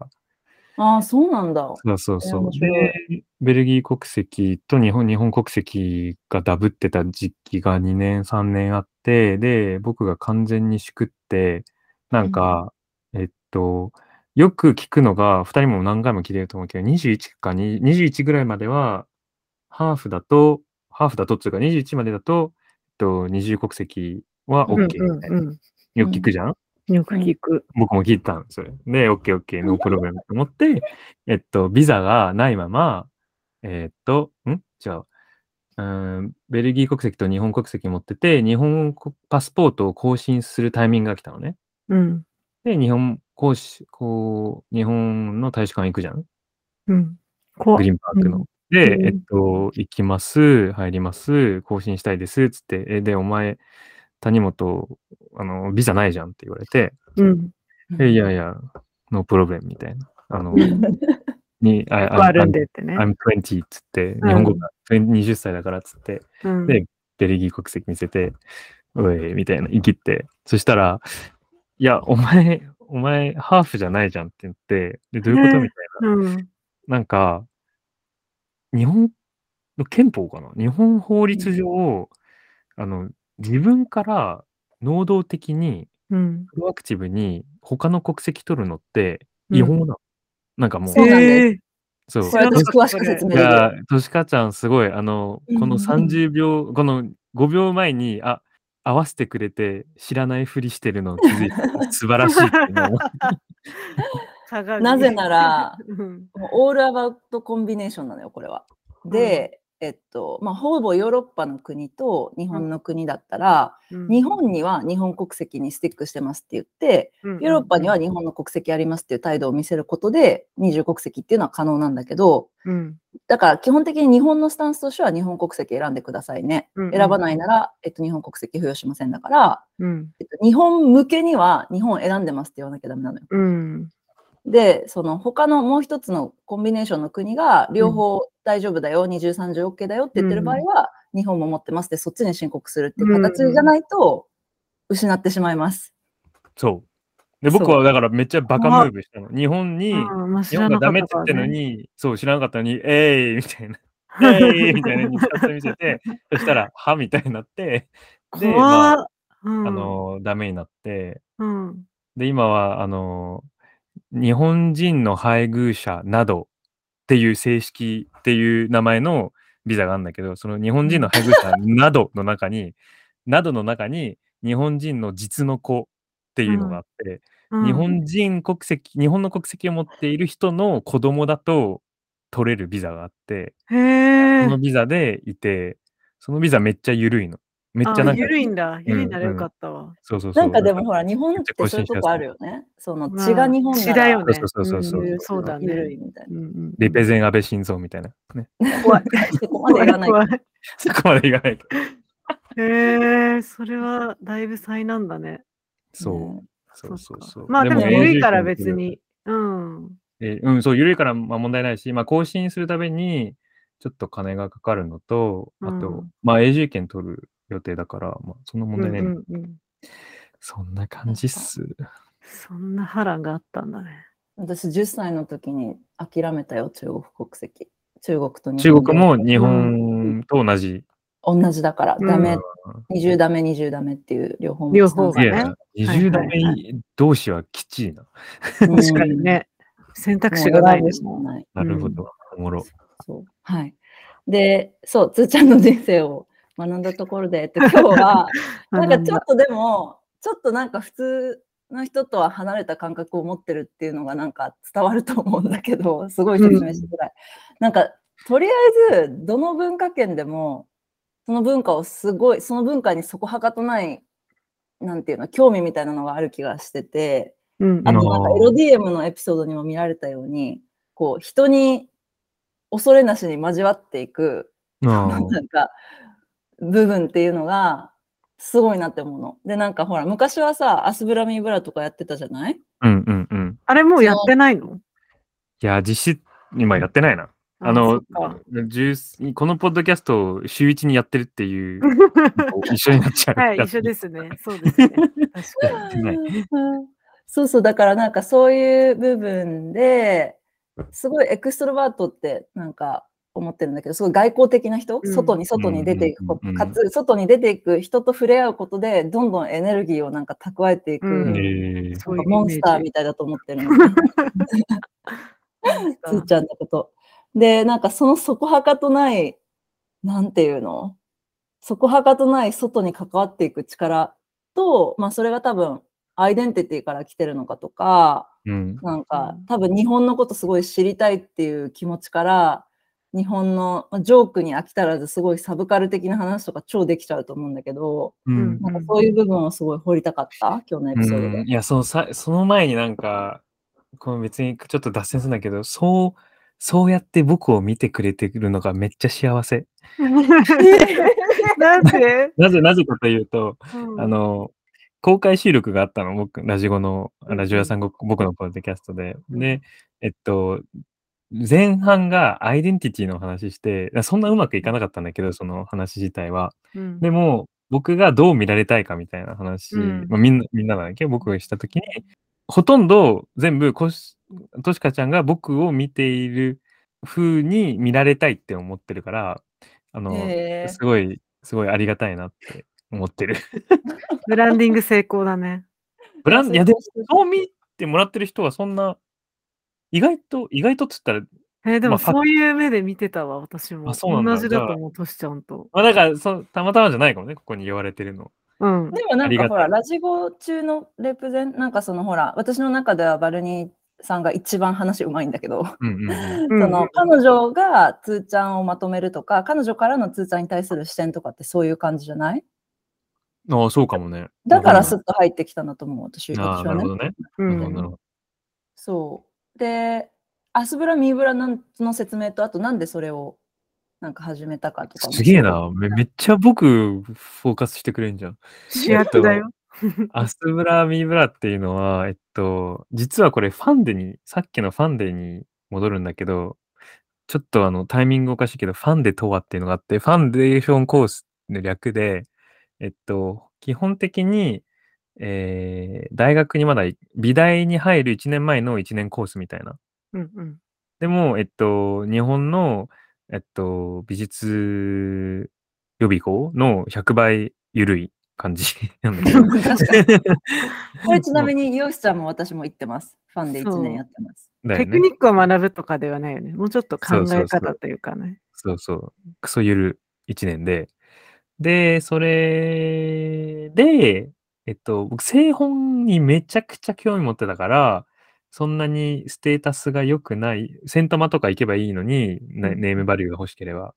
S3: ら。
S1: ああ、そうなんだ。
S3: そうそう
S1: えー
S3: そ
S1: 面
S3: う。
S1: 白い
S3: で、ベルギー国籍と日本、日本国籍がダブってた時期が2年、3年あって、で、僕が完全にしくって、なんか、えっと、よく聞くのが、2人も何回も聞いてると思うけど、21かに、21ぐらいまでは、ハーフだと、ハーフだとっていうか、21までだと、えっと、二重国籍は OK みたいな、
S2: うんうん
S3: よく聞くじゃん
S2: うんよく聞く。
S3: 僕も聞いたんですよ。で、OK、OK、ノープログラムと思って、えっと、ビザがないまま、えっと、ん違う。うーんベルギー国籍と日本国籍持ってて、日本国パスポートを更新するタイミングが来たのね。
S2: うん
S3: で、日本、こうし、こう、日本の大使館行くじゃん
S2: うん怖
S3: グ
S2: っ
S3: リーンパークの。
S2: う
S3: で、
S2: うん
S3: えっと、行きます、入ります、更新したいです、つって、え、で、お前、谷本、あの、ビザないじゃんって言われて、
S2: うん。
S3: えいやいや、ノープロブレムみたいな。あの、に、I,
S2: あ
S3: I'm,
S2: るん
S3: I'm,
S2: でってね。
S3: I'm 20っつって、
S2: ん
S3: 日本語が20歳だからっつって、
S2: うん
S3: でベルギー国籍見せて、おい、みたいな、生きって。そしたら、いや、お前、お前、ハーフじゃないじゃんって言って、で、どういうこと
S2: ね
S3: みたい
S2: うん
S3: な。なんか、日本の憲法かな日本法律上、あの、自分から能動的に、
S2: うん
S3: プロアクティブに他の国籍取るのって違法なの。なんかもう、
S1: そうなんだよ
S2: えー
S3: そう。
S1: これ私詳しく説明
S3: い
S1: できる
S3: や、としかちゃん、すごい、あの、この
S1: うん
S3: 30秒、この5秒前に、あ合わせてくれて、知らないふりしてるのを気づいた。素晴らしいって思う。
S2: 鏡
S1: なぜなら、
S2: うん
S1: もうオールアバウトコンビネーションなのよ、これは。で、えっと、まあ、ほぼヨーロッパの国と日本の国だったら、日本には日本国籍にスティックしてますって言って、
S2: ヨ
S1: ヨーロッパには、日本の国籍ありますっていう態度を見せることで、二重国籍っていうのは可能なんだけど、
S2: うん
S1: だから基本的に日本のスタンスとしては日本国籍選んでくださいね。
S2: うんうん
S1: 選ばないなら、えっと、日本国籍付与しませんだから、
S2: うん
S1: えっと、日本向けには日本選んでますって言わなきゃダメなのよ。
S2: うん
S1: で、その他のもう一つのコンビネーションの国が両方大丈夫だよ、20、30、OK だよって言ってる場合は、日本も持ってますって、そっちに申告するっていう形じゃないと、失ってしまいます。
S3: そう。で、僕はだからめっちゃバカムーブしたの。日本に、
S2: うんまあ知
S3: 日
S2: ら
S3: 本
S2: な
S3: が
S2: か
S3: ダ
S2: っ
S3: メったて
S2: か
S3: 言ってる
S2: ら
S3: の
S2: ね
S3: に、そう、知らなかったのに、えい、みたいな。えい、みたいな、2冊見せて、そしたら、はみたいになって、で、まあ、
S2: 怖っうん
S3: あの、ダメになって、
S2: うん
S3: で、今は、あの、日本人の配偶者などっていう正式っていう名前のビザがあるんだけど、その日本人の配偶者などの中に、 などの中に、日本人の実の子っていうのがあって、
S2: うん
S3: 日本人国籍、日本の国籍を持っている人の子供だと取れるビザがあって、
S2: へ
S3: そ
S2: え
S3: のビザでいて、そのビザめっちゃ緩いの。めっちゃなんか、
S2: 緩いんだ緩いんだね
S3: うん
S2: よかったわ
S3: そうそうそう。
S1: なんかでもほら、日本っ
S3: めっちゃ
S1: て
S3: 更
S1: そういう
S3: 新し
S1: と
S3: やすい
S1: こあるよね。その
S2: まあ
S1: 血が日本なら
S2: 血だよね
S3: そうそうそうそう
S1: 緩い
S2: そうだね
S1: 緩いみたいな。
S2: うんうん
S3: リペゼン安倍晋三みたいな。ね、
S2: 怖い
S1: そこまでいかないけど
S2: 怖い
S3: そこまでいかないけど。
S2: へえそれはだいぶ災難だね
S3: そう。そ
S2: っ
S3: う
S2: か
S3: そうそう。
S2: まあでも
S1: でも
S2: 緩いから
S3: 永住
S2: 別
S3: 権
S2: にうん
S3: えーうん、そう、緩いからまあ問題ないし、まあ、更新するために、ちょっと金がかかるのと、あと、
S2: うん
S3: まあ、永住権取る予定だから、まあ、そんな問題ない、
S2: うんうんうん
S3: そんな感じっす。
S2: そんな波乱があったんだね
S1: 私10歳の時に諦めたよ、中国国籍。中国と日
S3: 中
S1: 本で
S3: 国も日本と同じ。
S1: 同じだから、
S2: うん
S1: ダメ、20ダメ、20ダメっていう両方持ちなんだ
S2: 両方が
S3: い
S2: ね
S3: や、20代同士はきちいな。
S1: うん
S2: 確かにね選択肢がない
S1: もう選ぶし
S2: です
S1: かない。
S3: なるほど。おもろ。
S1: そう。はい。で、そう、つーちゃんの人生を学んだところで、えっと、今日は、なんかちょっとでも、ちょっとなんか普通の人とは離れた感覚を持ってるっていうのがなんか伝わると思うんだけ ど、すごい説明しづらい。なんか、とりあえず、どの文化圏でも、その文化をすごい、その文化にそこはかとない、なんていうの、興味みたいなのがある気がしてて、
S2: うん
S1: あ
S3: の
S1: となんか
S3: あー
S1: LDM のエピソードにも見られたように、こう、人に恐れなしに交わっていく
S3: あ
S1: なんか部分っていうのがすごいなって思うの。でなんかほら昔はさアスブラミーブラとかやってたじゃない
S3: あうんうんうん。
S2: あれもうやってないの
S3: いや、実質、今やってないな。あの
S2: そっか、
S3: 10このポッドキャストを週一にやってるって いう、一緒になっちゃう。
S2: はい、一緒ですね。そうですね。確かに。
S3: やってない
S1: そうそうだからなんかそういう部分ですごいエクストロバートってなんか思ってるんだけどすごい外交的な人、
S2: うん
S1: 外に外に出ていくこと、
S3: うんうんうん
S1: か
S3: うん
S1: つ外に出ていく人と触れ合うことでどんどんエネルギーをなんか蓄えていく、
S2: うん
S1: なんか
S3: えー
S2: そういうイメージ
S1: モンスターみたいだと思ってるのね。つーちゃんのこと。で、なんかその底はかとない、なんていうの底はかとない外に関わっていく力と、まあそれが多分、アイデンティティから来てるのかとか、
S3: うん。
S1: なんか
S2: うん
S1: 多分日本のことすごい知りたいっていう気持ちから、日本のまあジョークに飽き足らずすごいサブカル的な話とか超できちゃうと思うんだけど、
S3: うん
S1: なんかそういう部分をすごい掘りたかった、今日のエピソードで。
S3: うんいやそのさその前になんかこの別にちょっと脱線するんだけどそうそうやって僕を見てくれてるのがめっちゃ幸せ
S2: なんで、
S3: なぜなぜかというと、
S2: うん
S3: あ、の公開収録があったの僕ラジオの
S2: うん
S3: ラジオ屋さんご、僕のポッドキャストで、
S2: うん
S3: でえっと前半がアイデンティティの話してそんなうまくいかなかったんだけどその話自体は
S2: うん
S3: でも、僕がどう見られたいかみたいな話、
S2: うん
S3: まあ、みんな、みんななんだっけど僕がしたときに、ほとんど全部こし、としかちゃんが僕を見ている風に見られたいって思ってるから、あの、
S1: へー
S3: すごい、すごいありがたいなって思ってる。
S2: ブランディング成功だね。
S3: ブラン、いや、でも、そう見てもらってる人はそんな、意外と、意外とっつったら、
S2: えーでも
S3: まあファ
S2: そういう目で見てたわ、私も。
S3: あそうなんだ
S2: 同じだと思う、トシちゃんと。
S3: まあ、だからそう、たまたまじゃないかもね、ここに言われてるの。
S2: うん。
S1: でもな
S3: あ
S1: ん
S3: り
S1: か
S3: が
S1: ほ
S3: たい
S1: ら、ラジゴ中のレプゼン、なんかそのほら、私の中ではバルニーさんが一番話うまいんだけど、
S3: うんうんうん。
S1: その彼女がつーちゃんをまとめるとか、彼女からのつーちゃんに対する視点とかってそういう感じじゃない
S3: ああ、そうかもね。
S1: だからス
S3: す
S1: ッと入ってきたんだと思う、私。
S3: あ
S1: 私
S3: あ、
S1: は
S3: なる
S1: ね。
S3: ほどね。
S2: う
S3: なる
S2: ん
S3: ほどなるほど。
S1: そう。で、アスブラ、ミーブラなんの説明と、あとなんでそれをなんか始めたかとかも。
S3: すげえな。めめっちゃ僕、フォーカスしてくれんじゃん。
S2: 主役だよ。
S3: アスブラミーブラっていうのは、えっと、実はこれファンデに、さっきのファンデに戻るんだけど、ちょっとあのタイミングおかしいけど、ファンデとはっていうのがあって、ファンデーションコースの略で、えっと、基本的に、えー大学にまだい、美大に入る1年前の1年コースみたいな。
S2: うんうん。
S3: でも、えっと、日本の、えっと、美術予備校の100倍緩い感じなんだけど。
S1: 確か に これちなみに、よしちゃんも私も行ってます。ファンで1年やってます。
S3: だよ
S2: テ
S3: ね
S2: クニックを学ぶとかではないよね。もうちょっと考
S3: そうそ
S2: え
S3: うそ
S2: 方
S3: う
S2: というかね。
S3: そうそう。クソゆる1年で。で、それで、えっと、僕、製本にめちゃくちゃ興味持ってたから、そんなにステータスが良くない、セントマとか行けばいいのに、な
S2: うん
S3: ネームバリューが欲しければ。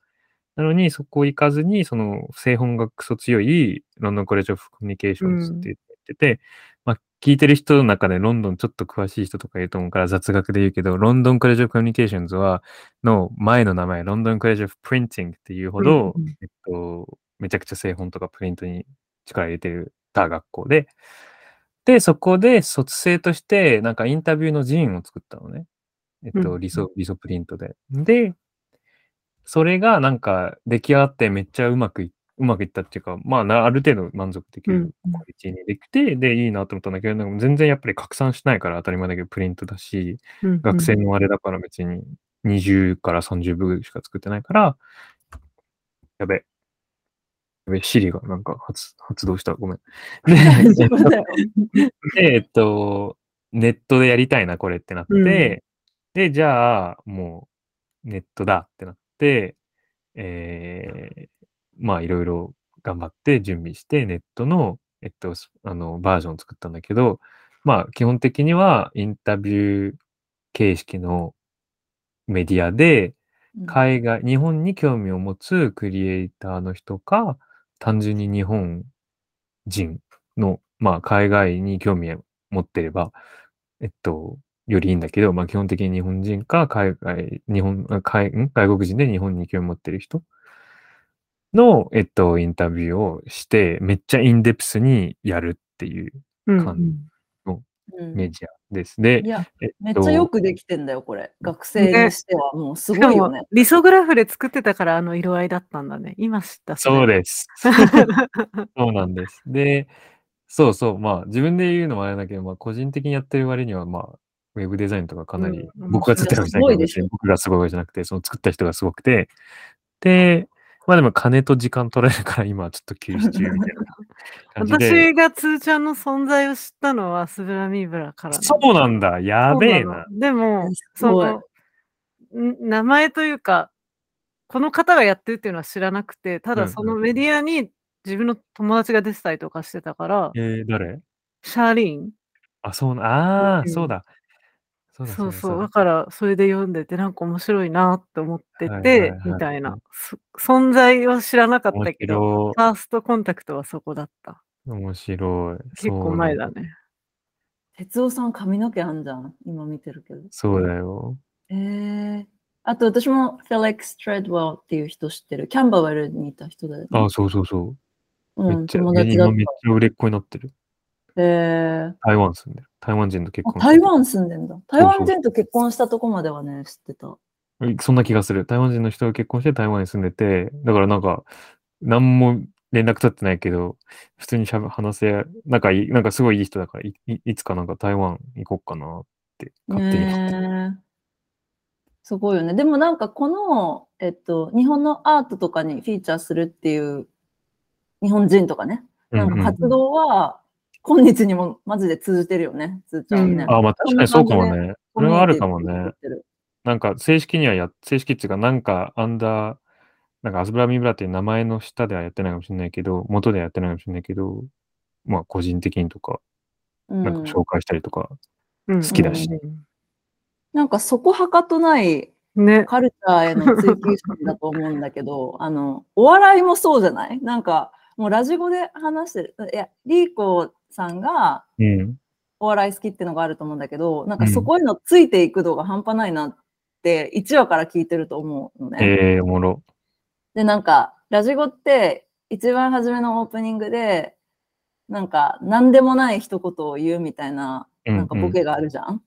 S3: なのに、そこ行かずに、その、製本がクソ強い、ロンドンコレッジオブコミュニケーションズって言ってて、まあ、聞いてる人の中でロンドンちょっと詳しい人とかいると思うから雑学で言うけど、ロンドンコレッジオブコミュニケーションズは、の前の名前、ロンドン・クレジョフ・プリンティングっていうほど、
S2: うんうん
S3: えっと、めちゃくちゃ製本とかプリントに力入れてるた学校で、で、そこで卒生として、なんかインタビューの人を作ったのね。えっ
S2: う
S3: と、
S2: ん
S3: 理想、理想プリントで。で、それがなんか出来上がってめっちゃうまくいっうまくいったっていうか、まあ、なある程度満足できる
S2: うんうん
S3: クオリティにできて、で、いいなと思ったんだけど、なんか全然やっぱり拡散しないから当たり前だけど、プリントだし、
S2: うんうん
S3: 学生のあれだから別に20から30部しか作ってないから、やべ。やべ、シリがなんか発発動した。ごめん。で、
S2: 大丈夫だよ
S3: でえっと、ネットでやりたいな、これってなって、
S2: うん
S3: で、じゃあ、もう、ネットだってなって、えー、まあ、いろいろ頑張って準備して、ネットの、えっと、すあの、バージョンを作ったんだけど、まあ、基本的には、インタビュー形式のメディアで、
S1: うん
S3: 海外、日本に興味を持つクリエイターの人か、単純に日本人の、まあ、海外に興味を持ってれば、えっと、よりいいんだけど、まあ、基本的に日本人か、海外、日本、あ海ん外国人で日本に興味を持ってる人の、えっと、インタビューをして、めっちゃインデプスにやるっていう
S2: うん
S3: 感
S2: うん
S1: うん
S3: メディアです。で
S1: い、や、
S3: えっと
S1: めっちゃよくできてんだよ、これ。学生にしてはもうす
S2: しか
S1: ごいよ
S2: も
S1: ね。
S2: 理想グラフで作ってたからあの色合いだったんだね。今知った。
S3: そう
S2: で
S3: です。そうなんです。で、そうそう、まあ自分で言うのもあれだけど、まあ個人的にやってる割には、まあウェブデザインとかかなり、
S2: うん
S3: 僕が作ったわけじ
S1: いやす
S3: ゃ
S1: ご
S3: ないい
S1: で
S3: で
S1: し
S3: す
S1: ょ
S3: 僕がすごいわけじゃなくて、その作った人がすごくて、で、まあでも金と時間取られるから今はちょっと休止中みたい な感じで。
S2: 私がつーちゃんの存在を知ったのはスブラミーブラからの
S3: そうなんだ、やべえ
S2: そう
S3: な
S2: な。ので も
S1: え、す
S2: そ
S1: ごい
S2: の、ん名前というか、この方がやってるっていうのは知らなくて、た
S3: う
S2: だ
S3: んうん
S2: そのメディアに自分の友達が出てたりとかしてたから、
S3: えー、誰
S2: シャーリーン。
S3: あ、そうな、あ
S2: う
S3: あ、
S2: ん
S3: そうだ。そうだ、
S2: そうそう。
S3: だ
S2: だから、それで読んでて、なんか面白いなって思って
S3: はいはい
S2: て
S3: は、い
S2: みたいな。そ存在は知らなかっ
S3: 面
S2: たけど、
S3: 白
S2: ファーストコンタクトはそこだった。
S3: い。面白い。
S2: 結構
S3: そう
S2: 前
S3: だ
S2: だね。
S1: 哲夫さん髪の毛あんじゃん。今見てるけど。
S3: そうだよ。
S1: えー、あと私もフェレックス・トレッドウェルっていう人知ってる。キャンバウェルにいた人だよね。
S3: あ、そうそうそう。
S1: う
S3: めっ
S1: ん、
S3: ちゃ、
S1: 友達だっ
S3: 今めっちゃ売れっ子になってる。
S1: た。えー、
S3: 台湾住んでる。台湾人と結
S1: あ
S3: 婚して
S1: 台
S3: る
S1: 湾住んでんだ。台湾人と結婚したとこまではね、知ってた。
S3: うんそんな気がする。台湾人の人が結婚して台湾に住んでて、だからなんか、何も連絡取ってないけど、普通にしゃべ話せ、なんかいい、なんかすごいいい人だから、いいいつかなんか台湾行こうかなって、勝手に思ってる。
S1: ねえすごいよね。でもなんかこの、えっと、日本のアートとかにフィーチャーするっていう日本人とかね、なん
S3: うんう
S1: か
S3: ん
S1: 活動は今日にもマジで通じてるよね、つーちゃんね。
S3: あ、まあ確かにそうかもね。それはあるかも
S1: コミュニ
S3: ね
S1: ティ。って言ってる
S3: なんか正式にはや、正式っていうか、なんかアンダー、なんかアスブラミブラっていう名前の下ではやってないかもしれないけど、元ではやってないかもしれないけど、まあ個人的にとか、
S1: うん
S3: なんか紹介したりとか、
S2: 好
S3: 好きだし。
S1: なんかそこはかとない
S2: ね。
S1: カルチャーへの追求心だと思うんだけど、 あの、お笑いもそうじゃないなんか、もうラジゴで話してる。いや、リーコさんが
S3: うん。
S1: お笑い好きってのがあると思うんだけど、なん
S3: う
S1: か
S3: ん
S1: そこへのついていく度が半端ないなって、1話から聞いてると思うのね。
S3: ええおもろ。
S1: で、なんか、ラジゴって一番初めのオープニングで、なんか何でもない一言を言うみたいななんかボケがあるじゃん、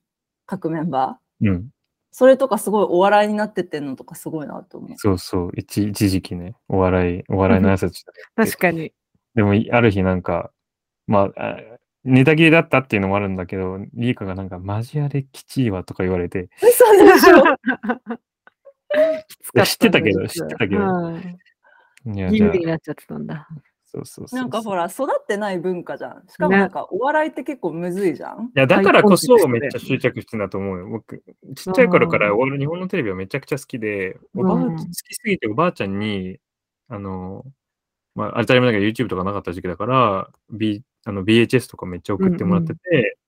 S1: 各メンバー
S3: うん。
S1: それとかすごいお笑いになってってんのとかすごいな と思う
S3: そうそう。一一時期ね、お笑い、お笑いの挨 拶した
S2: 確か に。
S3: でも、いある日なんか、まあ、あネタ切れだったっていうのもあるんだけど、リーカがなんか、マジあれきちいわとか言われて、
S1: 嘘でしょ
S2: きつか
S3: 知ってたけ
S2: 実
S3: ど
S2: は
S3: 知ってたけど
S2: うん
S3: いや、
S2: ギ
S3: じゃ
S2: ン
S3: あ
S2: ビ、になっちゃってたんだ。
S3: そうそうそうそう。
S1: なんかほ
S3: い
S1: ら育ってない文化じゃんしかも
S2: ね
S1: なんかお笑いって結構むずいじゃん、
S3: や、だからこそ
S2: はいコン
S3: め
S2: テ
S3: っ
S2: クストで
S3: ちゃ執着してんだと思うよ。僕、ちっちゃい頃からお笑い日本のテレビはめちゃくちゃ好きで、おばあ
S2: うん
S3: 好きすぎておばあちゃんに、あの、まあ、当たり前だけど YouTube とかなかった時期だから、B、あの BHS とかめっちゃ送ってもらってて、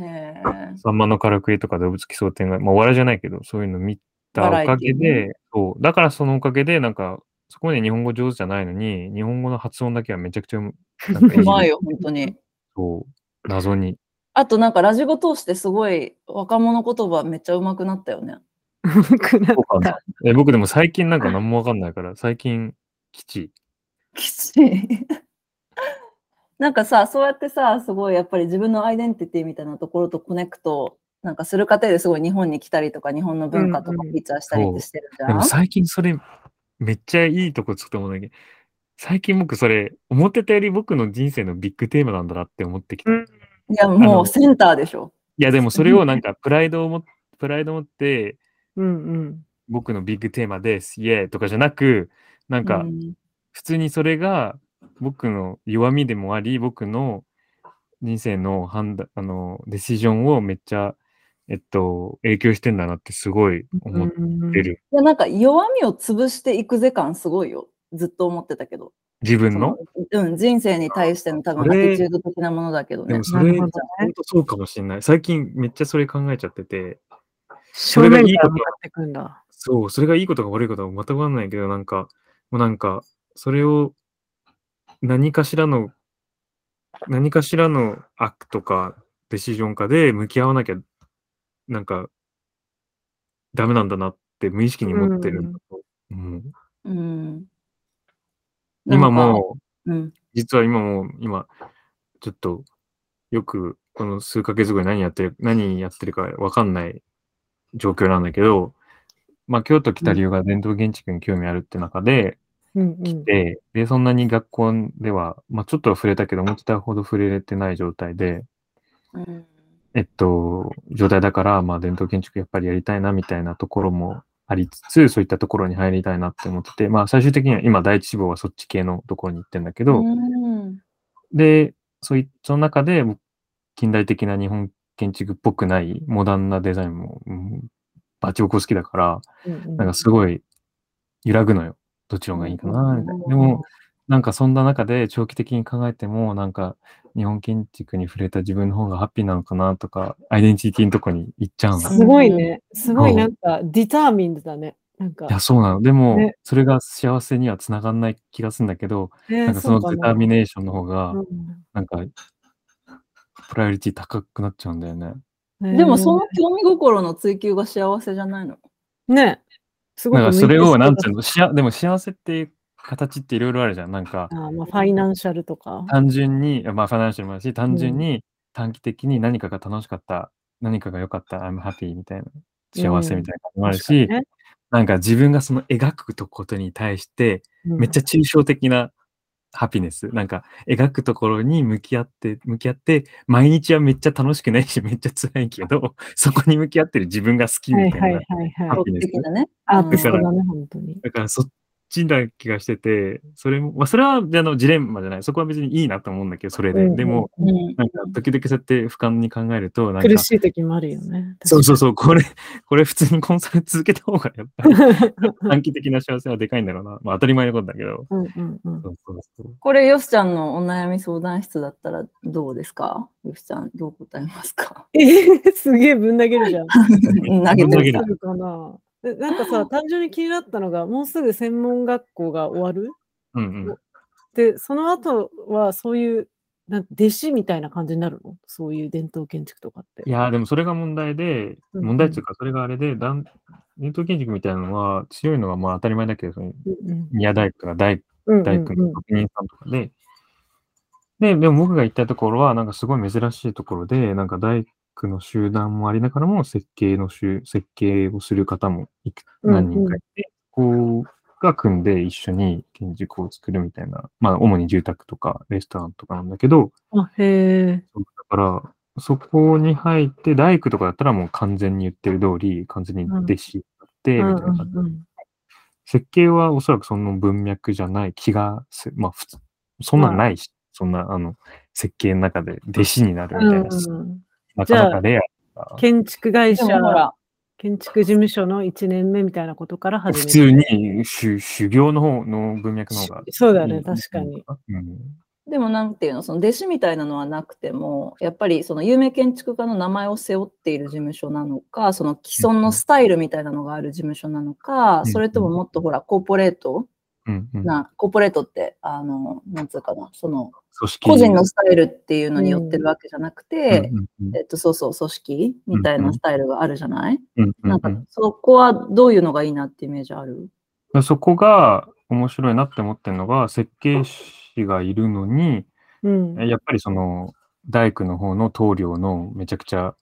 S1: へえ
S3: サンマのからくりとか動物奇想天外、まあ、お笑いじゃないけど、そういうの見た
S1: バ
S3: お
S1: ラエティ
S3: かげで、そう、だからそのおかげで、なんか、そこまで日本語上手じゃないのに、日本語の発音だけはめちゃくちゃうまなんかいう
S1: まいよ本当に
S3: そう、謎に。
S1: あとなんかラジゴ通してすごい若者言葉めっちゃうまくなったよね
S2: うまくなった。
S3: え僕でも最近なんか何もわかんないから、最近、基地。
S1: きちい なんかさそうやってさすごいやっぱり自分のアイデンティティみたいなところとコネクトなんかする過程ですごい日本に来たりとか日本の文化とか
S2: うんうん
S1: フィーチャーしたりってしてるじゃ
S3: で
S1: ん、
S3: も最近それ、めっちゃいいとこつくと思うんだけど、最近僕それ、思ってたより僕の人生のビッグテーマなんだなって思ってきた。
S2: うん
S1: いや
S3: あ
S1: も
S3: の
S1: うセンターでしょ
S3: いや、でもそれをなんかプライドをも、プライドを持って、
S2: うん
S3: 僕のビッグテーマです、イエーイとかじゃなく、なん
S1: う
S3: か
S1: ん
S3: 普通にそれが僕の弱みでもあり、僕の人生の判断、あの、デシジョンをめっちゃ、えっと、影響してんだなってすごい
S2: うん。
S3: 思っ。
S2: って
S3: る。
S1: いやなんか弱みを潰していくぜ感すごいよずっと思ってたけど
S3: 自分の
S1: そのうん、人生に対しての多分
S3: そ
S1: ア
S3: れ
S1: ティチュード的なものだけど
S3: で
S1: ね
S3: もそれ、
S2: なるほ
S3: 本
S2: どね
S3: 当そうかもしれない。最近めっちゃそれ考えちゃってて、
S2: 正面から向かってくんだ。
S3: そう、それがいいことか悪いことか全くわかんないけど、なんか、もうなんか、それを何かしらの、何かしらの悪とかデシジョンかで向き合わなきゃ、なんか、ダメなんだなって無意識に持ってるんだと。うん
S1: うん
S3: 今もう、
S1: う、うん、
S3: 実は今もう、今、ちょっと、よく、この数ヶ月後に何やってる、何やってるかわかんない状況なんだけど、まあ、京都来た理由が伝統建築に興味あるって中で、
S2: うんうん。
S3: で、で、そんなに学校では、まあ、ちょっとは触れたけど、思ってたほど触れれてない状態で、
S1: うん
S3: えっと、状態だから、まあ、伝統建築やっぱりやりたいな、みたいなところもありつつ、そういったところに入りたいなって思ってて、まあ、最終的には今、第一志望はそっち系のところに行ってんだけど、
S1: うん
S3: で、そういその中で、近代的な日本建築っぽくないモダンなデザインも、うんバチボコ好きだから、なんかすごい揺らぐのよ。どっちの方がいいかな、みたいな。でも、なんかそんな中で長期的に考えても、なんか日本建築に触れた自分の方がハッピーなのかなとか、アイデンティティのとこに行っちゃうの。
S2: すごいね。すごいなんか、ディターミンドだね。なんか
S3: い、や、そうなの。でも、
S2: ね
S3: それが幸せにはつながんない気がするんだけど、
S2: え
S3: なんかそのデターミ
S2: ネ
S3: ネーションの方が、
S2: ー
S3: なんか、プライオリティ高くなっちゃうんだよね。
S1: でもその興味心の追求が幸せじゃないの。
S2: ね。すご
S3: だ
S2: い。
S3: からそれを、なんていうの、しあでも幸せっていう形っていろいろあるじゃん。なんか、
S2: あーまあ、ファイナンシャルとか。
S3: 単純に、まあ、ファイナンシャルもあるし、単純に短期的に何かが楽しかった、何かが良かった、I'm happy みたいな、幸せみたいなのもあるし、
S2: 確かにね
S3: なんか自分がその描くとことに対して、めっちゃ
S2: ゃ
S3: 抽象的なハピネス、なんか描くところに向き合って、向き合って、毎日はめっちゃ楽しくないし、めっちゃ辛いけど、そこに向き合ってる自分が好き
S2: はい
S3: みたいな。
S2: はいはいは
S3: ハ
S2: い
S3: ッ。
S1: 僕
S3: ピーです
S1: 的なね。
S2: アーティストだね、本当に。
S3: だからそっちな気がしてて、それも、まあ、それはあのジレンマじゃない。そこは別にいいなと思うんだけど、それで。
S2: うんうん
S3: でも、
S1: うん
S3: なんか時々そうやって俯瞰に考えると、なんか、
S2: 苦しい時もあるよね。
S3: そうそうそう、これ、 これ普通にコンサル続けた方がやっぱ り短期的な幸せはでかいんだろうな。まあ当たり前のことだけど。
S2: うんうんうん
S3: そうそうそう。
S1: これ、よしちゃんのお悩み相談室だったらどうですかよしちゃん、どう答えます か
S2: えーすげえぶん投げるじゃん。
S1: 投げて
S3: ぶん投
S1: る
S3: げる
S1: さ
S2: あ。るかなでなんかさ、単純に気になったのが、もうすぐ専門学校が終わる
S3: うんうん。
S2: で、その後はそういう、なん弟子みたいな感じになるのそういう伝統建築とかって。
S3: いやーでもそれが問題で、
S2: うんうん
S3: 問題っていうか、それがあれで、だん伝統建築みたいなのは強いのがまあ当たり前だけど、その
S2: うんうん
S3: 宮大工とか大
S2: うんうん
S3: 大工
S2: うん
S3: の職人さんとかで、で、でも僕が行ったところは、なんかすごい珍しいところで、なんか大工の集団もありながらも、設計の集、設計をする方もいく
S2: うんうん
S3: 何人かいて、ここが組んで一緒に建築を作るみたいな、まあ、主に住宅とかレストランとかなんだけど、
S2: あ、へえ。
S3: そうだから、そこに入って、大工とかだったらもう完全に言ってる通り、完全に弟子になって、み
S2: うん
S3: たいな感じ。設計はおそらくその文脈じゃない気がする。まあ、普通、そんなんないし、そんな、あの、設計の中で弟子になるみたいな、
S2: うん
S3: な
S2: じゃ
S3: か
S2: あ
S3: なかレアだから。
S2: 建築会
S1: で
S2: 社
S1: も、ほら、
S2: 建築事務所の1年目みたいなことから始め
S3: 普通に修修行の方の文脈の方が。
S2: そうだね、確かに。。
S3: うん。
S1: でもなんていうの、その弟子みたいなのはなくても、やっぱりその有名建築家の名前を背負っている事務所なのか、その既存のスタイルみたいなのがある事務所なのか、
S3: うん
S1: それとももっとほら、コーポレート
S3: うん、うん。
S1: な、コーポレートって、あの、なんつうかな、その、
S3: 組織
S1: 個人のスタイルっていうのによってるわけじゃなくて、
S3: うんうん
S1: えっと、そうそう、組織みたいなスタイルがあるじゃない、
S3: うんうん
S1: なんか、そこはどういうのがいいなってイメージある
S3: でそこが面白いなって思ってるのが、設計士がいるのに、
S2: うん。
S3: やっぱりその、大工の方の棟梁のめちゃくちゃ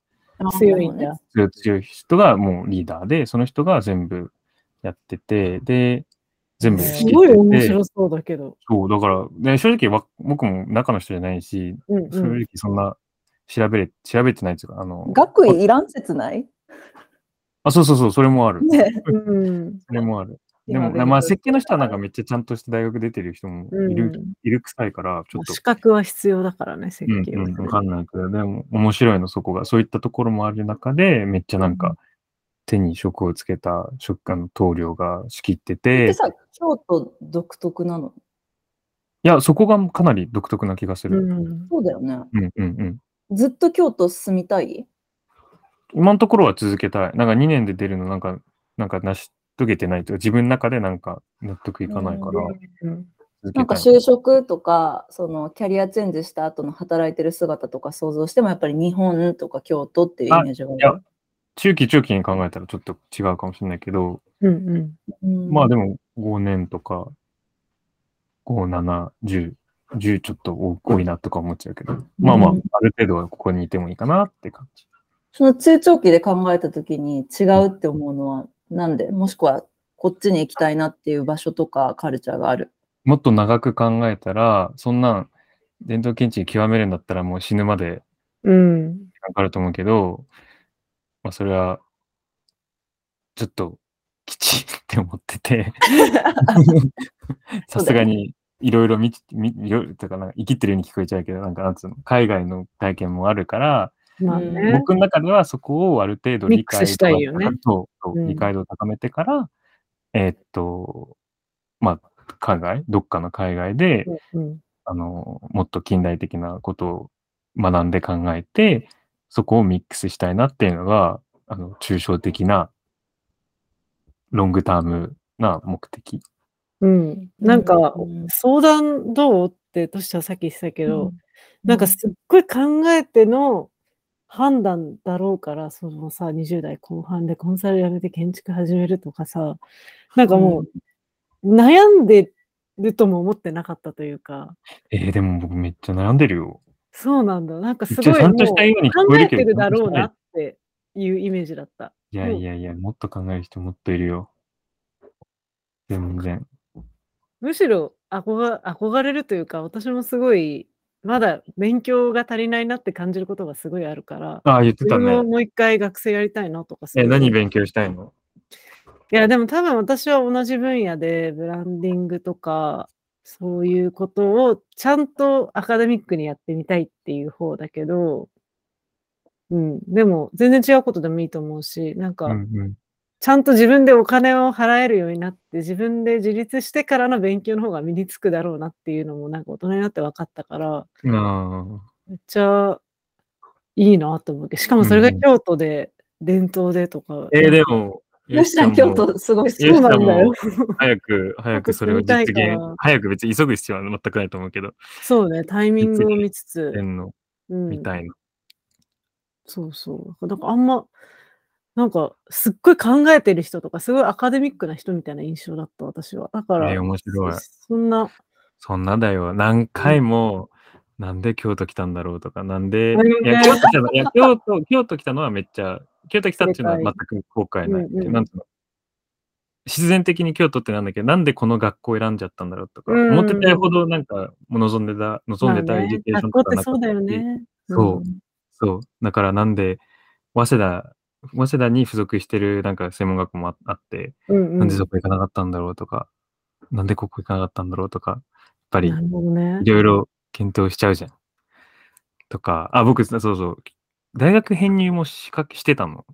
S2: 強いんだ。。
S3: 強い強い人がもうリーダーで、その人が全部やってて、で、全部
S2: す
S3: 仕切
S2: ごい
S3: っ
S2: 面
S3: てて、
S2: 白そうだけど。
S3: そう、だから、ね正直わ僕も中の人じゃないし、
S2: うん
S3: 正
S2: うん
S3: 直そんな調べれ、調べてないっていうか、あの、
S1: 学位いらん説ない
S3: あ、そうそうそう、それもある。
S1: ね。
S2: うん。
S3: それもある。で
S2: 今
S3: も、
S2: 勉強
S3: まあ、設計の人はなんかめっちゃちゃんとして大学出てる人もいる、
S2: うん
S3: いるくさいから、ちょっと
S2: 資格は必要だからね、設計
S3: う
S2: は
S3: ん
S2: ね。
S3: うん、わかんないけど、でも面白いの、そこが。そういったところもある中で、めっちゃなん
S1: う
S3: か、手に職をつけた職家の棟梁が仕切って
S1: で
S3: て、
S1: さ、京都独特なの。
S3: いや、そこがかなり独特な気がす
S2: う
S3: る。
S2: ん
S1: そうだよね。
S3: うん、うん、うん。
S1: ずっと京都住みたい
S3: 今のところは続けたい。なんか2年で出るの、なんか、なんか成し遂げてないというか、自分の中でなんか納得いかないから、
S1: うん
S2: うん
S3: 続けたい。
S1: なんか就職とか、そのキャリアチェンジした後の働いてる姿とか想像しても、やっぱり日本とか京都っていうイメージが
S3: いや
S1: ある。
S3: 中期中期に考えたらちょっと違うかもしれないけど、
S2: うん
S1: うん
S3: まあでも5年とか、5、7、10、10ちょっと多多いなとか思っちゃうけど、まあまあ、
S1: うん
S3: ある程度はここにいてもいいかなって感じ。
S1: その中長期で考えた時に違うって思うのはなんでもしくはこっちに行きたいなっていう場所とかカルチャーがある。
S3: もっと長く考えたら、そんなん伝統建築極めるんだったらもう死ぬまで
S2: うん。うん。
S3: かかると思うけど、まあそれは、ちょっときちって思っ てて、さすがにいろいろ見ち、見いろいろとかなんか生きてるように聞こえちゃうけど、なんかなんつうの、海外の体験もあるから、
S2: まあ
S1: え
S2: ね。
S3: 僕の中ではそこをある程度理
S2: ミック
S3: 解
S2: スしたいよね
S3: と、そう
S2: うん
S3: 理解度を高めてから、えーっと、まあ、海外、どっかの海外で、
S2: うん
S3: あの、もっと近代的なことを学んで考えて、そこをミックスしたいなっていうのが、あの、抽象的な、ロングタームな目的。
S2: うん。なんか
S1: う、ん
S2: 相談どうって、としはさっき言ってたけど、
S1: うん
S2: なんかすっごい考えての判断だろうから、そのさ、20代後半でコンサルやめて建築始めるとかさ、なんかもう悩んでるとも思ってなかったというか、
S3: えー、でも僕めっちゃ悩んでるよ。
S2: そうなんだ。なんかす
S3: 一応
S2: ごい
S3: ちゃ
S2: も
S3: んとしたように聞
S2: 考
S3: こえ
S2: え
S3: る
S2: て
S3: けど
S2: るだろう
S3: ちゃ
S2: なんっ
S3: と
S2: ていうイメージだった。
S3: いやいやいや、もっと考える人もっといるよ。全然。
S2: むしろ憧憧れるというか、私もすごい、まだ勉強が足りないなって感じることがすごいあるから、
S3: ああ、言って
S2: 自
S3: た
S2: 分も
S3: ね。
S2: もう一回学生やりたいなとかす
S3: え
S2: ごい
S3: 何勉強したいの
S2: いや、でも多分私は同じ分野で、ブランディングとか、そういうことをちゃんとアカデミックにやってみたいっていう方だけど、うん、でも全然違うことでもいいと思うし、なん
S3: うんう
S2: か、
S3: ん。
S2: ちゃんと自分でお金を払えるようになって、自分で自立してからの勉強の方が身につくだろうなっていうのも、なんか大人になって分かったから、
S3: あ
S2: めっちゃいいなと思うけど、しかもそれが
S3: うんうん
S2: 京都で、伝統でとか。
S3: ーえー、でも、
S1: よしちゃん
S3: よ
S1: 京
S3: しちゃも
S1: 都すごい好き
S2: そうなんだ
S3: 吉さん
S2: よ
S3: も。早く、早くそれを実
S2: 早く住
S3: 現
S2: みたいから。
S3: 早く別に急ぐ必要は全くないと思うけど、
S2: そうね、タイミングを見つつ。
S3: 天の
S2: うん
S3: みたいな。
S2: そうそう。なんかあんま、なんかすっごい考えてる人とか、すごいアカデミックな人みたいな印象だった、私は。だから、
S3: えー面白い
S2: そそんな、
S3: そんなだよ。何回も、なんで京都来たんだろうとか、なんで、い
S2: あれね
S3: や、京都来たのいや京都、京都来たのはめっちゃ、京都来たっていうのは全く後悔ないっていう
S2: うんうん
S3: なんていうの自然的に京都ってなんだけど、なんでこの学校選んじゃったんだろうとか、
S2: うんうん
S3: 思ってたほどなんか、望んでた、望んでたエデュケーションと
S2: 学校
S3: か
S2: って
S3: なか
S2: そ
S3: っ
S2: う
S3: た
S2: だ
S3: し
S2: よね。
S3: そ
S2: うん
S3: そう。だからなんで、早稲田、早稲田に付属してるなんか専門学校もああって、
S2: うんうん。
S3: なんでそこ行かなかったんだろうとか、なんでここ行かなかったんだろうとか、やっぱり
S2: なるほどね
S3: い。ろいろ検討しちゃうじゃん。とか、あ、僕、そうそう、大学編入もしかしてたの。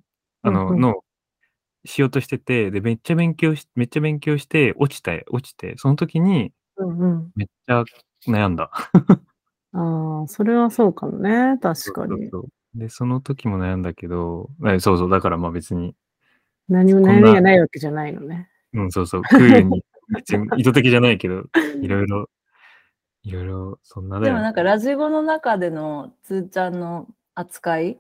S3: あの、
S2: うんうん
S3: の、しようとしてて、で、めっちゃ勉強し、めっちゃ勉強して、落ちた、落ちて、その時に
S2: うんうん。
S3: めっちゃ悩んだ。
S2: ああ、それはそうかもね。確か
S3: そうそ
S2: に
S3: う。そうで、その時も悩んだけど、えそうそう、だからまあ別に、
S2: 何も
S3: こん
S2: 悩
S3: な
S2: みがないわけじゃないのね。
S3: うん、そうそう、クールに、別に意図的じゃない けど、いろいろ、いろいろ、そんなだ
S1: で
S3: よ。
S1: もなんかラジゴの中でのつーちゃんの扱い、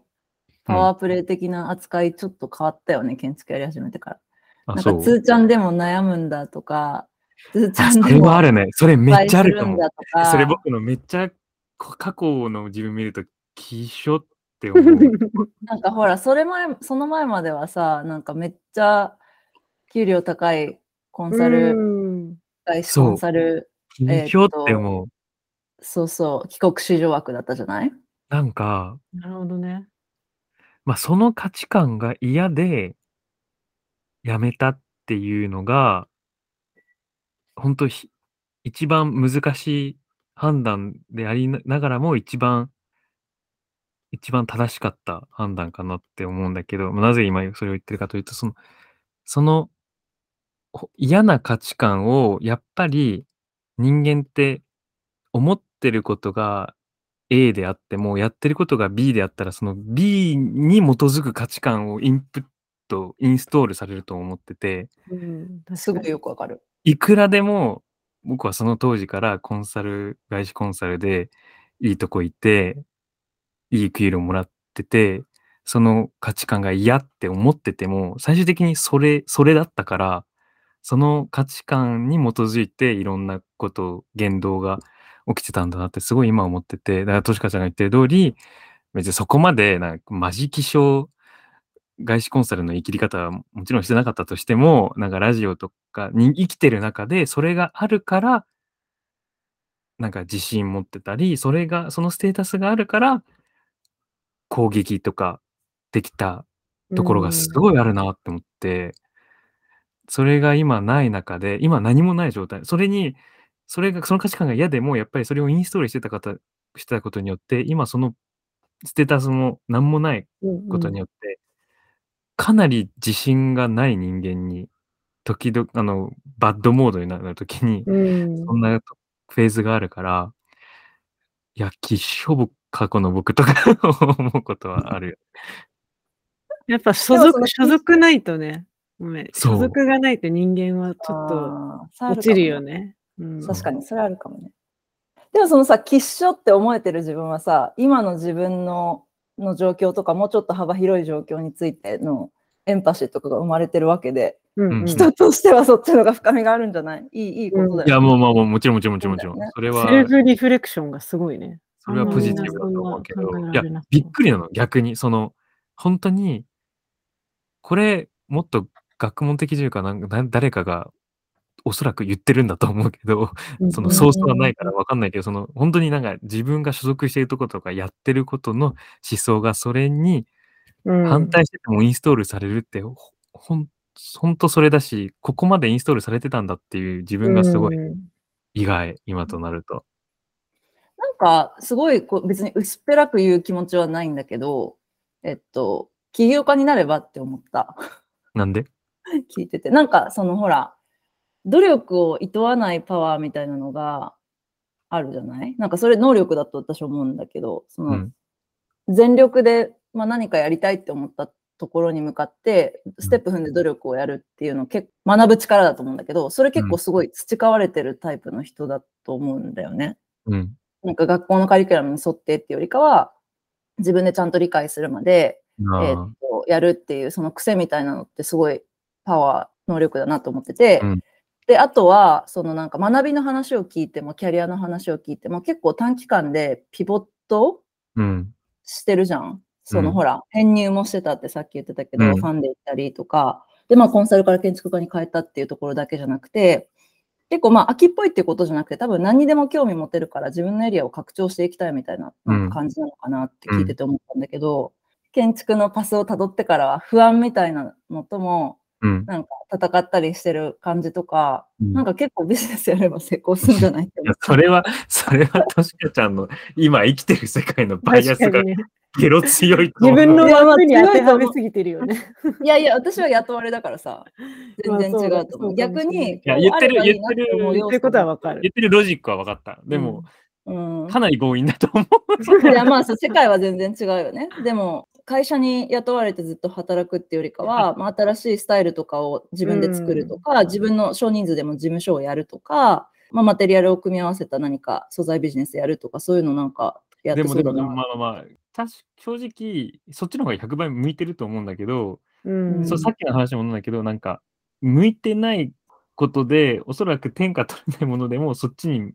S1: パワープレイ的な扱いちょっと変わったよね、建築やり始めてから。
S3: あ、
S1: なん
S3: そ
S1: か
S3: う
S1: つ。ーちゃんでも悩むんだとか、つーち
S3: あ
S1: ゃん
S3: そ
S1: で
S3: れは
S1: も
S3: あるね。それめっちゃある
S1: 失敗
S3: か
S1: すん
S3: も。
S1: だとか
S3: それ僕のめっちゃこ過去の自分見ると、きしょって思 う。
S1: なんかほら、それ前、その前まではさ、なんかめっちゃ給料高いコンサル、
S2: うん
S1: 外資
S3: そう
S1: コンサル、えーっと
S3: きしょって思う。
S1: そうそう、帰国子女枠だったじゃない
S3: なんか、
S2: なるほどね。
S3: まあその価値観が嫌で、やめたっていうのが、本当ひ一番難しい判断でありなながらも一番、一番正しかった判断かなって思うんだけど、まあなぜ今それを言ってるかというと、その、そのほ嫌な価値観をやっぱり人間って思ってることが A であってもやってることが B であったらその B に基づく価値観をインプットインストールされると思ってて
S2: うん、
S1: すごい
S2: い。
S1: よくわかる。
S3: いくらでも僕はその当時からコンサル外資コンサルでいいとこいていい給料もらっててその価値観が嫌って思ってても最終的にそれそれだったからその価値観に基づいていろんなこと言動が起きてたんだなってすごい今思っててだからとしかちゃんが言ってる通り別にそこまでなんかマジ気象外資コンサルの生きり方はもちろんしてなかったとしてもなんかラジオとかに生きてる中でそれがあるからなんか自信持ってたりそれがそのステータスがあるから攻撃とかできたところがすごいあるなって思って、それが今ない中で、今何もない状態、それに、それが、その価値観が嫌でも、やっぱりそれをインストールしてた方、してたことによって、今そのステータスも何もない
S2: い
S3: ことによって、かなり自信がない人間に、時々、あの、バッドモードになるときに、
S2: うん
S3: そんなフェーズがあるから、いや、きっしょぼ過去の僕とか 思うことはあるよ。
S2: やっぱ所
S1: で
S2: 属、
S1: もそ
S2: 所
S1: の
S2: 属ないとね、ごめん
S3: そう
S2: 所属がないと人間はちょ
S1: あー
S2: っと落ちるよ。
S1: それあかもね
S2: ね。うん、
S1: 確かに、それあるかもね。でもそのさ、喫書って思えてる自分はさ、今の自分のの状況とか、もうちょっと幅広い状況についてのエンパシーとかが生まれてるわけで、
S2: うん
S3: うん
S2: 人
S1: 人としてはそっちの方が深みがあるんじゃないいいいいことだよ、ね
S3: いや、もう、まあ、もうもちろん、もちろん、もちろん、もちろん。それは
S2: セ、ルフリフレクションがすごいね。
S3: それはポジティブだと思うけど、いや、びっくりなの、逆に。その、本当に、これ、もっと学問的というか、なんか、な誰かが、おそらく言ってるんだと思うけど、
S2: り
S3: そのソースがないからわかんないけど、その、本当になんか自分が所属しているとことかやってることの思想がそれに反対しててもインストールされるって、ほほん、ほんとそれだし、ここまでインストールされてたんだっていう自分がすごい
S2: うん
S3: 意外、今となると。
S1: なんか、すごいこう、別に薄っぺらく言う気持ちはないんだけど、えっと、起業家になればって思った。
S3: なんで
S1: 聞いてて。なんか、そのほら、努力を厭わないパワーみたいなのがあるじゃないなんかそれ能力だと私は思うんだけど、その、
S3: うん
S1: 全力で、まあ、何かやりたいって思ったところに向かって、ステップ踏んで努力をやるっていうのを結構学ぶ力だと思うんだけど、それ結構すごい培われてるタイプの人だと思うんだよね。
S3: うん。
S1: なんか学校のカリキュラムに沿ってっていうよりかは、自分でちゃんと理解するまで、
S3: あ
S1: え
S3: ー
S1: ーっとやるっていう、その癖みたいなのってすごいパワー、能力だなと思ってて、
S3: うん
S1: で、あとは、そのなんか学びの話を聞いても、キャリアの話を聞いても、結構短期間でピボット
S3: うん。
S1: してるじゃん。その、
S3: うん
S1: ほら、編入もしてたってさっき言ってたけど、
S3: うん
S1: ファンで行ったりとか、で、まあ、コンサルから建築家に変えたっていうところだけじゃなくて、結構まあ、秋っぽいっていうことじゃなくて、多分何にでも興味持てるから、自分のエリアを拡張していきたいみたいな
S3: うん
S1: なんか感じなのかなって聞いてて思ったんだけど、建築のパスをたどってからは、不安みたいなのとも、
S3: うん。
S1: なんか戦ったりしてる感じとか、
S3: うん
S1: なんか結構ビジネスやれば成功するんじゃないって
S3: い
S1: 思
S3: や
S1: っ、た
S3: それは、それは、としかちゃんの今生きてる世界のバイアス
S2: 確か
S3: が
S2: にね。
S3: ゲロ強いと思
S2: 自
S3: う。
S2: 分の
S1: いやまあ
S2: 枠に当て
S1: 強いと
S2: は
S1: 思
S2: め
S1: う
S2: すぎてるよね。
S1: いやいや、私は雇われだからさ、全然違うと思
S2: まあそう
S1: う。
S2: だそうかも
S1: 逆
S2: しれない
S1: に、
S3: や言ってる
S1: こうあればいいなって思う
S2: 言
S1: 要素
S2: ってることはわかる。
S3: 言ってるロジックは分かった。でも、
S1: うん
S3: かなり強引だと思う。
S1: いや、まあそう、世界は全然違うよね。 でも、会社に雇われてずっと働くっていうよりかは、まあ、新しいスタイルとかを自分で作るとか、自分の少人数でも事務所をやるとか、まあ、マテリアルを組み合わせた何か素材ビジネスやるとか、そういうのなんかやっ
S3: で
S1: て
S3: も、
S1: そう
S3: で
S1: だ
S3: も、でも
S1: な。
S3: まあまあまあ、確か正直、そっちの方が100倍向いてると思うんだけど、
S2: うん。
S3: そうさっきの話もなんだけど、なんか、向いてないことで、おそらく天下取れないものでも、そっちに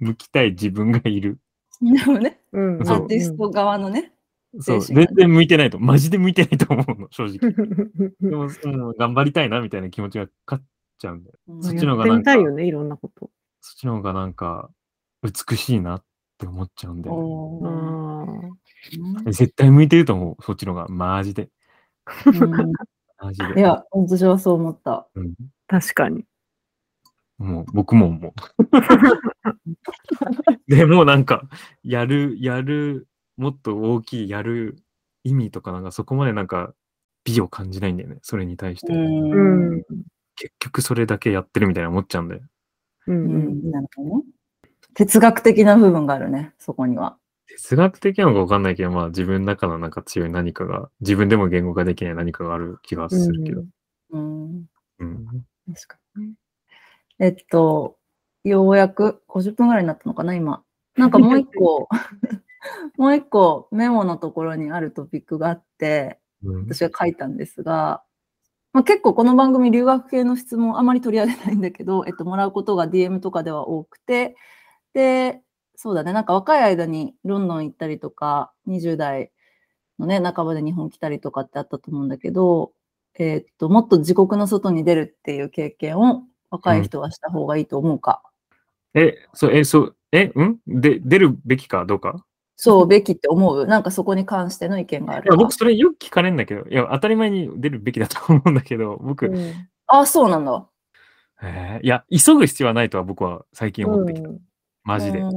S3: 向きたい自分がいる。
S1: でもね、
S2: うん
S1: ア
S3: そう
S1: ーティスト側のね。
S3: そう、
S1: 精神が
S3: 全
S1: ね
S3: 然向いてないと、マジで向いてないと思うの、正
S2: う
S3: 直。
S2: ん
S3: でも、うん頑張りたいなみたいな気持ちが勝っちゃうんだよ。
S1: うん
S3: そっ
S2: や
S3: ちの方
S2: っ
S3: が
S2: て
S3: なんか
S2: みたいよね、いろんなこと。
S3: そっちの方がなんか、美しいなって思っちゃうんだよ
S1: お
S2: あ
S1: ー
S3: ね。絶対向いてると思う、そっちの方が。マジで。
S1: うん
S3: マジで。
S1: いや、私はそう思った。
S3: うん
S2: ー確かに。
S3: もう 僕も思う。でもうなんか、やる、やる、もっと大きいやる意味とか、なんかそこまでなんか美を感じないんだよね、それに対して。
S2: う
S1: うん
S2: ん。
S3: 結局それだけやってるみたいな思っちゃうんだよ。
S2: う。
S1: うんん、なるほどね。哲学的な部分があるね、そこには。
S3: 哲学的なのかわかんないけど、まあ自分の中のなんか強い何かが、自分でも言語化できない何かがある気がするけど。
S1: うん、
S3: うん。
S1: 確かにね。えっと、ようやく50分ぐらいになったのかな、今。なんかもう一 個、もう一個メモのところにあるトピックがあって、
S3: うん
S1: 私が書いたんですが、まあ、結構この番組留学系の質問あまり取り上げないんだけど、えっと、もらうことが DM とかでは多くてでそうだねなんか若い間にロンドン行ったりとか20代のね半ばで日本来たりとかってあったと思うんだけど、えっともっと自国の外に出るっていう経験を若い人はした方がいいと思うか、
S3: え、そう、え、そう、え、うんで、出るべきかどうか
S1: そうべきって思うなんかそこに関しての意見があ
S3: い
S1: る
S3: や僕、それよく聞かれるんだけど、いや、当たり前に出るべきだと思うんだけど、僕、
S2: うん
S1: あそうなんだ
S3: えーいや、急ぐ必要はないとは僕は最近思ってきた。
S2: うん
S3: マジで。
S1: うん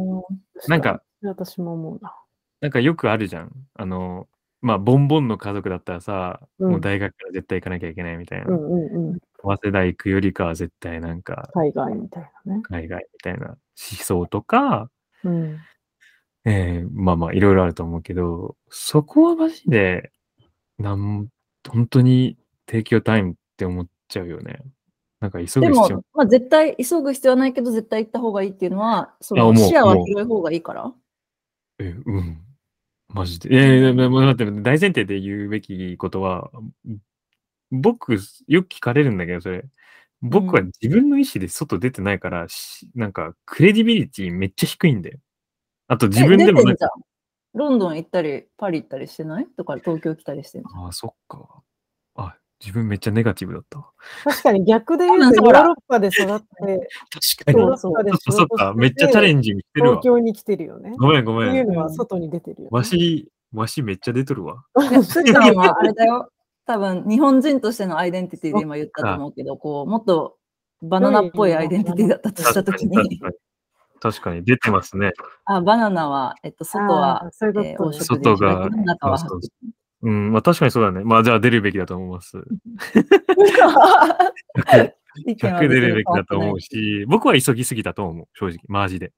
S3: なんか、
S2: 私も思うな。
S3: なんかよくあるじゃん。あの、まあ、ボンボンの家族だったらさ、
S2: うん
S3: もう大学から絶対行かなきゃいけないみたいな。
S2: うんうんうん。
S3: 早稲田行くよりかは絶対なんか、
S2: 海外みたいなね。
S3: 海外みたいな思想とか、
S2: うん。
S3: えーまあまあ、いろいろあると思うけど、そこはマジで、なん、本当に提供タイムって思っちゃうよね。なんか急ぐ
S1: で
S3: 必要
S1: も、まあ、絶対急ぐ必要はないけど絶対行った方がいいっていうのはそ
S3: あ
S1: の
S3: 思う
S1: 視野は
S3: 思う
S1: 広い方がいいから
S3: え、うん。マジで。いやいや、でも待って、大前提で言うべきことは、僕、よく聞かれるんだけど、それ。僕は
S1: うん
S3: 自分の意思で外出てないから、しなんか、クレディビリティめっちゃ低いんだよ。あと、自分でも
S1: え出て
S3: なんん
S1: じゃ
S3: か、
S1: んロンドン行ったりパリ行ったりしてないとか東京来たりしてんじ
S3: ああ、そっか。あ、自分めっちゃネガティブだったわ。
S2: 確かに逆で言
S1: 多
S2: う
S1: 分
S2: と、
S1: そ
S2: ヨ
S1: う
S2: ー
S1: だ
S2: ロッパで 育って、
S3: 確かに。
S2: ヨーロ
S3: そ
S2: ッパで
S3: っ
S2: 仕
S3: か、そっ
S2: 事
S3: か。
S2: し
S3: め
S2: て
S3: っちゃチャレンジしてるわ
S2: 東。京に来てるよね。
S3: ごめん、ご
S2: ってい
S3: め。
S2: うんのは外に出てるよね。
S3: わし、わしめっちゃ出とるわ。
S1: ゃんすーちゃんはあれだよ多分日本人としてのアイデンティティで今言ったと思うけどこうもっとバナナっぽいアイデンティティだったとしたとき
S3: 確かに
S1: に
S3: 確かに確かに、出てますね。
S1: あバナナは、えっと、外は
S2: あー、そう
S1: え
S2: いう
S1: ー
S2: こ
S1: 黄色で
S2: とね
S3: 外が
S1: 開けて中は
S3: そう
S1: 白
S3: そうん、まあ確かにそうだね。まあじゃあ出るべきだと思います。
S1: 意見は
S3: 100
S1: 別
S3: 出
S1: に
S3: るべきだと
S1: 変
S3: 思
S1: わ
S3: う
S1: ってない
S3: し、僕は急ぎすぎたと思う、正直、マジで。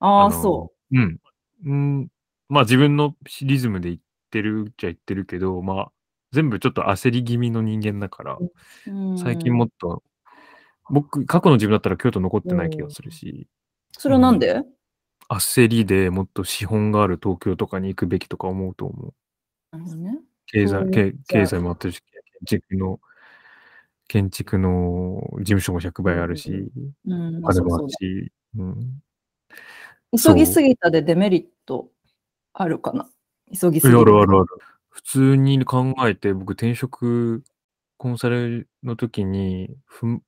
S1: ああ
S3: の。
S1: そう
S3: うん。うん、まあ自分のリズムで言ってるっちゃ言ってるけど、まあ全部ちょっと焦り気味の人間だから、
S1: ううん
S3: 最近もっと、僕、過去の自分だったら京都残ってない気がするし、
S1: それはなんで
S3: 焦りでもっと資本がある東京とかに行くべきとか思うと思う。
S1: なるほどね
S3: 経
S2: う
S3: 済、
S2: ん
S3: 経
S2: じゃあ
S3: 経済もあってるし、建築の建築の事務所も100倍あるし、
S1: うん
S3: あれ
S1: そう
S3: もあ
S1: そう
S3: るし、うん。
S1: 急ぎすぎたでデメリットあるかな急ぎす
S3: あ
S1: ぎ
S3: る
S1: た
S3: あるあるある。普通に考えて、僕転職コンサルの時に不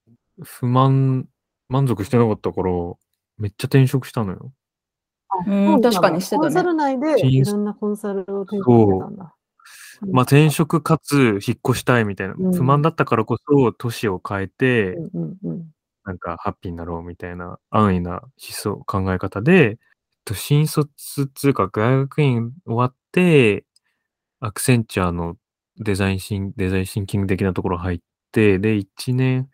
S3: 不満、満足してなかったから、めっちゃ転職したのよ。
S1: うん確かにして
S2: コ
S1: た
S2: ンサ
S1: ね
S2: ル内で
S3: 新
S2: いろんなコンサルを提供してたんだ。
S3: まあ転職かつ引っ越したいみたいな、
S2: うん
S3: 不満だったからこそ都市を変えて、
S2: うんうんうん
S3: なんかハッピーになろうみたいな安易な思想、考え方で、えっと新卒っていうか大学院終わって、アクセンチャーのデザインシン、デザインシンキング的なところ入って、で、1年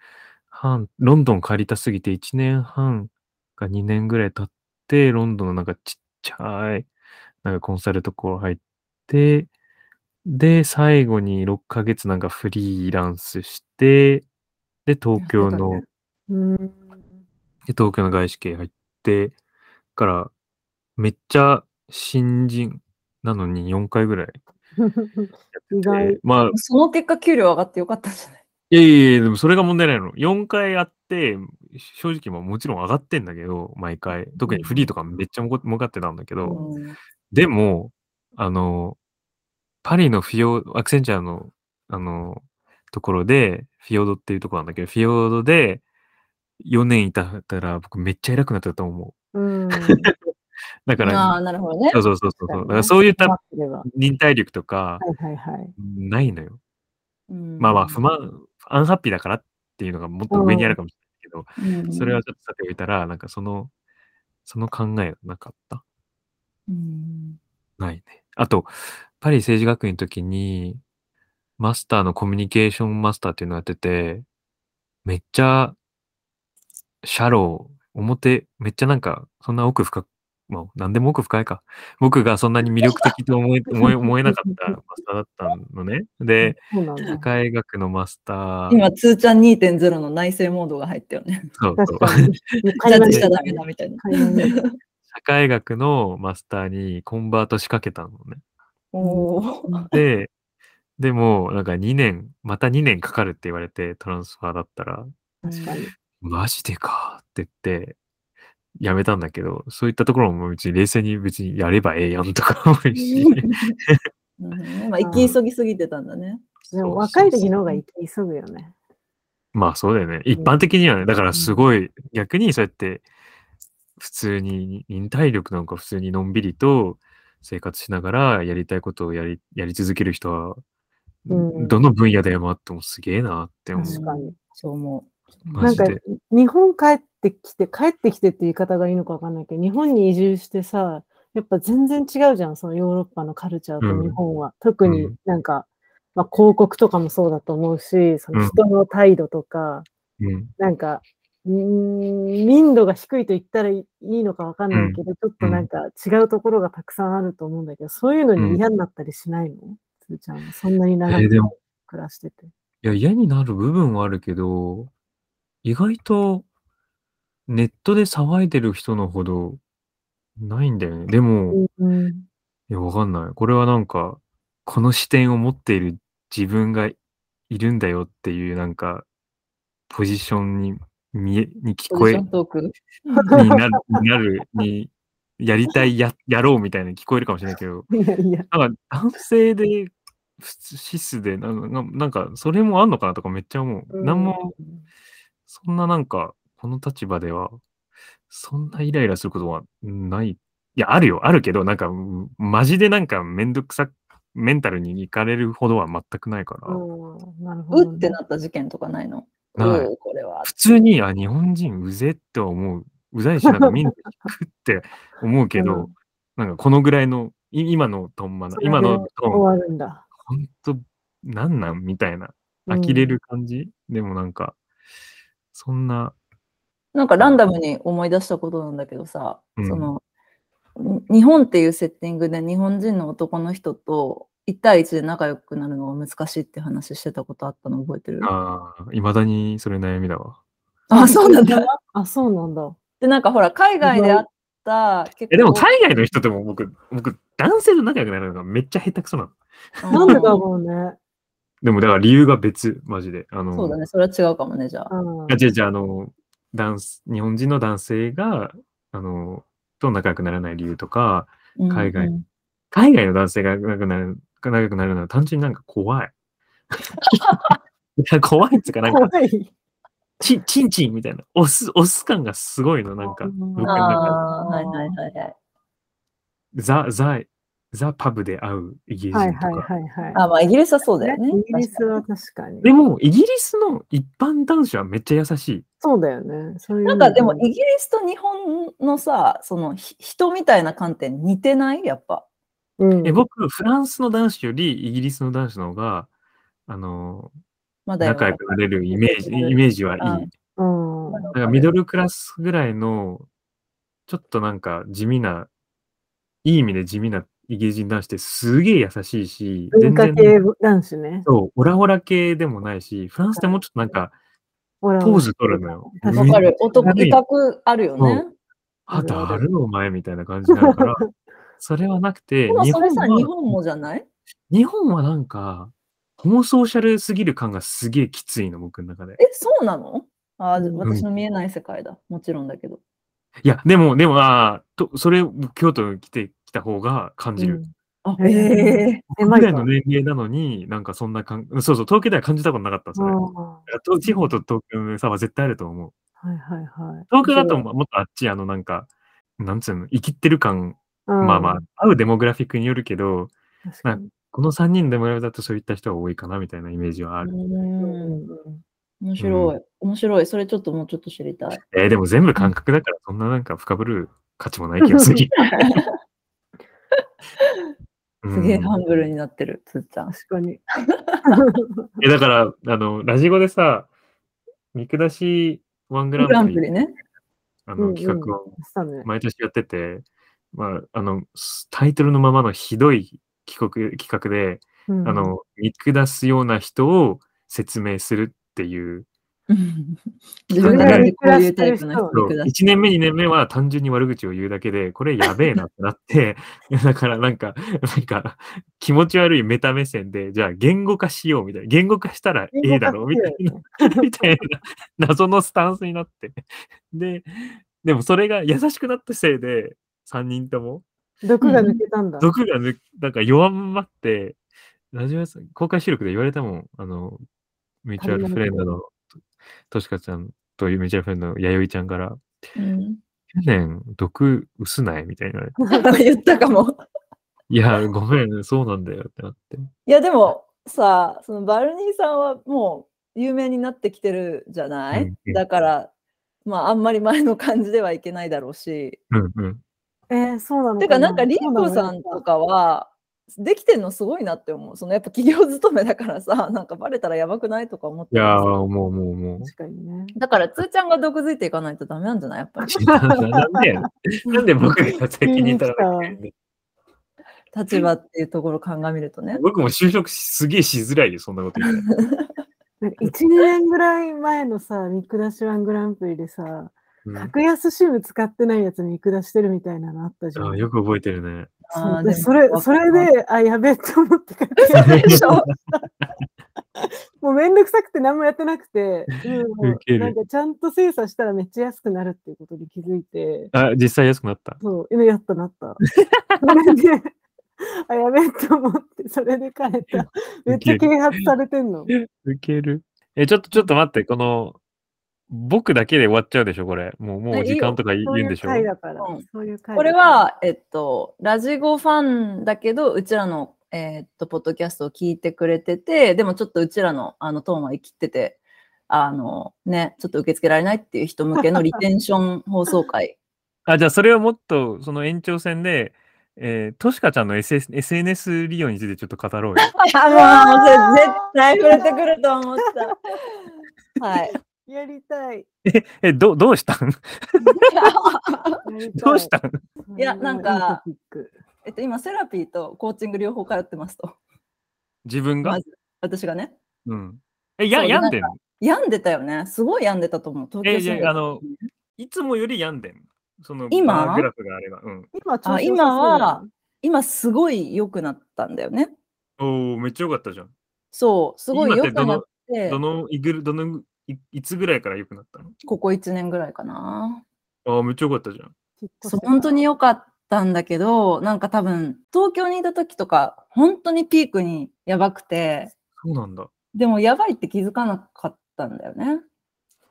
S3: 半、ロンドン借りたすぎて1年半か2年ぐらい経って、ロンドンのなんかちっちゃい、なんかコンサルところ入って、で、最後に6ヶ月なんかフリーランスして、で、東京
S1: やってたね
S3: の
S2: うん
S3: で、東京の外資系入って、から、めっちゃ新人なのに4回ぐらい
S2: 意外
S3: やってて。。まあ、い
S1: その結果給料上がってよかったんじゃない
S3: やいやいや、でもそれが問題ないの。4回あって、正直まあもちろん上がってんだけど、毎回。特にフリーとかめっちゃもこ儲かってたんだけど、
S1: うん
S3: でも、あの、パリのフィオ、アクセンチャーの、あの、ところで、フィヨードっていうところなんだけど、フィヨードで4年いたら、僕めっちゃ偉くなってたと思う。
S2: うん。
S3: だから、
S1: ああ、なるほどね
S3: そ。うそう そうそう。
S2: だよね
S3: だからそういった
S2: 待ってればは
S3: 忍耐力とか
S2: いはいはい。
S3: ないのよ。ま
S1: ま
S3: あまあ、不満、アンハッピーだからっていうのがもっと上にあるかもしれないけど、それはちょっとさておいたら、なんかその、その考えはなかった
S1: うん
S3: ないね。あと、パリ政治学院の時に、マスターのコミュニケーションマスターっていうのをやってて、めっちゃ、シャロー、表、めっちゃなんか、そんな奥深く、まあ、何でも奥深いか。僕がそんなに魅力的 と思え、思え、思えなかったマスターだったのね。で、
S2: そうなんだ
S3: 社。会学のマスター、
S1: 今、つーちゃん2.0の内政モードが入ったよね。
S3: そう
S2: 確
S3: そう
S2: かに。
S1: ジャ
S2: 会
S1: ッ
S2: 話
S1: ジ
S2: に
S1: しちゃダメだみたいな。
S2: 会話に
S3: 社会学のマスターにコンバート仕掛けたのね。
S1: おお。
S3: で、でも、なんか2年、また2年かかるって言われて、トランスファーだったら、
S2: 確かに。
S3: マジでかって言って、やめたんだけど、そういったところも別に冷静に別にやればええやんとか思うし。
S1: うんまあ、行き急ぎすぎてたんだね。
S2: でも
S3: そう
S2: 若い時の方
S3: そう
S2: が行き急ぐよね。
S3: そうまあそうだよね。一般的にはね、だからすごい、逆にそうやって、普通に忍耐力なんか普通にのんびりと生活しながらやりたいことをやりやり続ける人は、
S2: うん
S3: どの分野でもあってもすげえなって思う。
S2: 確かに。
S1: そう思
S3: マ
S2: なん
S3: ジ
S2: か
S3: で。
S2: 日本帰ってきて、帰ってきてって言い方がいいのかわかんないけど、日本に移住してさ、やっぱ全然違うじゃん、そのヨーロッパのカルチャー
S3: う
S2: と
S3: ん
S2: 日本は。特
S3: う
S2: に
S3: ん
S2: なんか、まあ、広告とかもそうだと思うし、そ
S3: うん
S2: の人の態度とか、
S3: うん
S2: なんか、うーん民度が低いと言ったらいいのかわかんないけど、ちょっとなんか違うところがたくさんあると思うんだけど、そういうのに嫌になったりしないの、つーちゃんは、そんなに長
S3: えーで
S2: く
S3: も
S2: 暮らしてて。
S3: いや、嫌になる部分はあるけど、意外とネットで騒いでる人のほどないんだよね。でも、い
S2: うん
S3: や、わかんない。これはなんか、この視点を持っている自分がいるんだよっていう、なんか、ポジションに見え、に聞
S1: う。
S3: こえ、に
S1: トーク。
S3: なる、になる、に、やりたい、や、やろうみたいに聞こえるかもしれないけど、
S2: いやいや、
S3: なんか男性で、普通シスでな、ななんか、それもあんのかなとかめっちゃ思う。なんも、そんななんか、この立場では、そんなイライラすることはない。いや、あるよ、あるけど、なんか、うんマジでなんかめんどくさ、メンタルにいかれるほどは全くないか
S2: う
S3: ら。
S2: ん、なるほど、
S1: うってなった事件とかないの
S3: ない
S1: おうこれは。
S3: 普通に、あ、日本人うぜって思う。うざいし、なんかみんな低くって思うけど、なんかこのぐらいの、い今のトーンマナ
S2: それで
S3: 今のトーン、
S2: 終わるんだ。
S3: ほんと、なんなんみたい
S2: う
S3: な、
S2: ん
S3: 呆れる感じ、でもなんか、そんな、
S1: なんかランダムに思い出したことなんだけどさ、
S3: うん
S1: そのに日本っていうセッティングで日本人の男の人と1対1で仲良くなるのが難しいって話してたことあったの覚えてる
S3: ああ、いまだにそれ悩みだわ。
S1: あ、そうなんだ。。
S2: あ、そうなんだ。
S1: で、なんかほら、海外であった、結
S3: え、でも海外の人とも僕、僕、男性と仲良くなるのがめっちゃ下手くそなの。
S1: うん
S2: なんでだろうね。
S3: でもだから理由が別、マジで。あの、
S1: そうだね、それは違うかもね、じゃあ。
S3: あ違う違う、あの、男す日本人の男性が、あの、と仲良くならない理由とか、海外
S1: うんうん
S3: 海外の男性が仲良くなる、仲良くなるのは単純になんか 怖い。いや怖いっつうか、なんか、
S2: 怖い。
S3: ち、ちんちんみたいな、押す、押す感がすごいの、なんか、
S2: うん
S3: 僕の
S1: あ
S3: 中
S1: あ、はいはいはいはい。
S3: で、ザ、ザ、ザパブで会うイギリス
S2: はい
S3: 人と
S2: はい
S3: か。
S2: はいはい。
S1: あまあ、イギリスはそうだよね。
S2: イギリスは確かに。
S3: でも、イギリスの一般男子はめっちゃ優しい。
S2: そうだよね。そういう
S1: な
S2: 意
S1: ん
S2: 味
S1: かでもイギリスと日本のさ、そのひ人みたいな観点似てないやっぱ。
S2: うん、
S3: え、僕、フランスの男子よりイギリスの男子の方が、あの、
S1: まだやっぱ
S3: 仲良くなれるイメージ、イメージはいい。
S1: うん
S2: うん。
S3: なんかミドルクラスぐらいの、ちょっとなんか地味な、いい意味で地味なイギリス人男子ってすげえ優しいし、
S2: 文化系男子ね。
S3: そう、オラオラ系でもないし、フランスでもうちょっとなんか
S2: ポ
S3: ポーズ取るのよ。
S2: 確
S1: わかる。男、
S3: めっ
S1: 威
S3: ちゃ
S1: 嚇あるよね。
S3: 肌あるのお前みたいな感じになるから、それはなくて、
S1: でも
S3: 日
S1: それ
S3: 本
S1: さ、日
S3: は、
S1: 本もじゃない
S3: 日本はなんか、ホモソーシャルすぎる感がすげえきついの、僕の中で。
S1: え、そうなのあーじゃあ
S2: うん
S1: 私の見えない世界だ。もちろんだけど。
S3: いや、でも、でも、ああ、と、それ、京都に来てきた方が感じる。
S1: あ、
S2: へーえ、マ
S3: ぐ
S2: イ
S3: らい
S2: ク
S3: の年齢なのに、なんかそんな感そうそう、東京では感じたことなかった、それ。だか
S2: は
S3: らと地方と東京の差は絶対あると思う。
S2: いはいはい。
S3: 東京だとももっとあっち、あの、なんか、なんつうの、生きってる感、まあまあ、合うデモグラフィックによるけど、
S2: あ、確かに。
S3: この3人のデモグラフだとそういった人が多いかな、みたいなイメージはあ
S1: う
S3: る。
S1: ん。面白い。面白い。それちょっともうちょっと知りたい。
S3: えーでも全部感覚だから、そんななんか深ぶる価値もない気 がする。
S1: すげえハンブル
S3: に。
S1: になってる、つーちゃん。
S2: 確かに。
S3: え、だから、あの、ラジゴでさ、見下しワン
S1: グ
S3: グランプ
S1: ラン
S3: リ
S1: プリね。
S3: あ
S2: うんう
S3: の
S2: ん
S3: 企画を
S2: したね。
S3: 毎年やってて、まあ、あの、すタイトルのままのひどい企画企画で、
S2: うん
S3: あ、の、見下すような人を説明するっていう、
S1: 自
S2: 自
S1: 分
S2: 分
S1: の
S2: が
S1: 中で
S2: 見
S1: こう
S2: 下
S1: い
S2: し
S1: うタ
S2: て
S1: イ
S2: る
S1: プ
S2: 人
S1: の人
S2: を
S1: を
S3: そ
S1: 見
S3: う
S1: 下
S3: 1
S1: し
S3: 年目、2年目は単純に悪口を言うだけで、これやべえなってなって、 だからなんか、なんか、気持ち悪いメタ目線で、じゃあ言語化しようみたいな、言語化したらええだろうみたいな。みたいな謎のスタンスになって。で、でもそれが優しくなったせいで、3人とも、
S2: 毒が抜けたんだ。
S3: 毒がぬ、なんか弱まって、ラジオ屋さん、公開収録で言われたもん、あの、ミューチュアルフレンドの、としかちゃんというミューチュアルフレンドの弥生ちゃんから、
S1: てる。うん
S3: 去年、毒薄ないみたいに言われて、
S1: 言ったかも。
S3: いや、ごめん、そうなんだよってなって。
S1: いやでもさそのバルニーさんはもう有名になってきてるじゃない、
S3: うんうん
S1: だからまああんまり前の感じではいけないだろうし。
S3: うんうん。
S2: えー、そうなの
S1: てかなんかリーコさんとかはできてるのすごいなって思う。そのやっぱ企業勤めだからさ なんかバレたらやばくないとか思って
S3: いや
S1: ま
S3: ー、
S1: す
S3: もうもう もう。
S2: 確かにね。
S1: だからつーちゃんが毒づいていかないとダメなんじゃないやっぱり
S3: なんでやねんなんで僕が責任取らなきゃいけないの
S1: 立場っていうところを鑑みるとね。
S3: 僕も就職しすげえしづらいよ、 そんなこと言って。
S2: なんか1、2年ぐらい前のさ、見下しワングランプリでさ、
S3: うん
S2: 格安シム使ってないやつ見下してるみたいなのあったじゃん。
S3: あーよく覚えてるね。
S2: そう
S1: あーで
S2: で
S1: も
S2: それ
S1: わ、
S2: そ
S1: かる
S2: れ
S1: わ
S2: で、あ、やべえと思って買って、
S1: でしょ
S2: もうめんどくさくて何もやってなくて、でも
S3: ウケる
S2: なんかちゃんと精査したらめっちゃ安くなるっていうことに気づいて、
S3: あ、実際安くなった。
S2: そう、今やったな った。それで、 あ、やべえと思って、それで買え た。めっちゃ啓発されてんの。
S3: ウケる。え、ちょっと、ちょっと待って、この、僕だけで終わっちゃうでしょ、これ。もう、もう
S1: えいい
S3: 時
S1: よ
S3: 間とか言
S2: そう
S3: 言
S2: いううん
S3: でしょ。
S2: 回だから
S1: うん。
S2: そういう回
S1: これ
S2: だから、
S1: は、えっと、ラジゴファンだけど、うちらの、えっと、ポッドキャストを聞いてくれてて、でもちょっとうちらの、あの、トーンは生きてて、あの、ね、ちょっと受け付けられないっていう人向けのリテンション放送会。
S3: あ、じゃあ、それをもっと、その延長戦で、えー、としかちゃんの SS SNS 利用についてちょっと語ろうよ。
S1: あ、もう、もう、絶対触れてくると思 った。はい。
S2: やりたい。
S3: え、ど、どうしたん
S2: やり
S3: どうしたん
S2: い
S1: いやなんか
S2: いいトピック
S1: えっと、今、セラピーとコーチング両方通ってますと。
S3: 自分が
S1: まず、私がね。
S3: うん。え、や、
S1: そう
S3: 病んでんの
S1: 病んでたよね。すごい病んでたと思う。東
S3: え、
S1: 京
S3: い
S1: 住んで
S3: や、あ
S1: た
S3: の、いつもより病んでんのその、
S1: 今
S3: バーグラフがあれば。うん。
S2: 今調子良さそうだ
S1: あ
S2: ね、
S1: 今は今、すごい良くなったんだよね。
S3: おー、めっちゃ良かったじゃん。
S1: そう、すごい
S3: 今っ
S1: 良
S3: て
S1: く
S3: どの
S1: なって、
S3: どのいぐるどのいいつぐらいから良くなったの
S1: ここ1年ぐらいかな。
S3: ああ、めっちゃ良かったじゃん。
S1: そう本当に良かったんだけど、なんか多分、東京にいた時とか、本当にピークにやばくて、
S3: そうなんだ。
S1: でもやばいって気づかなかったんだよね。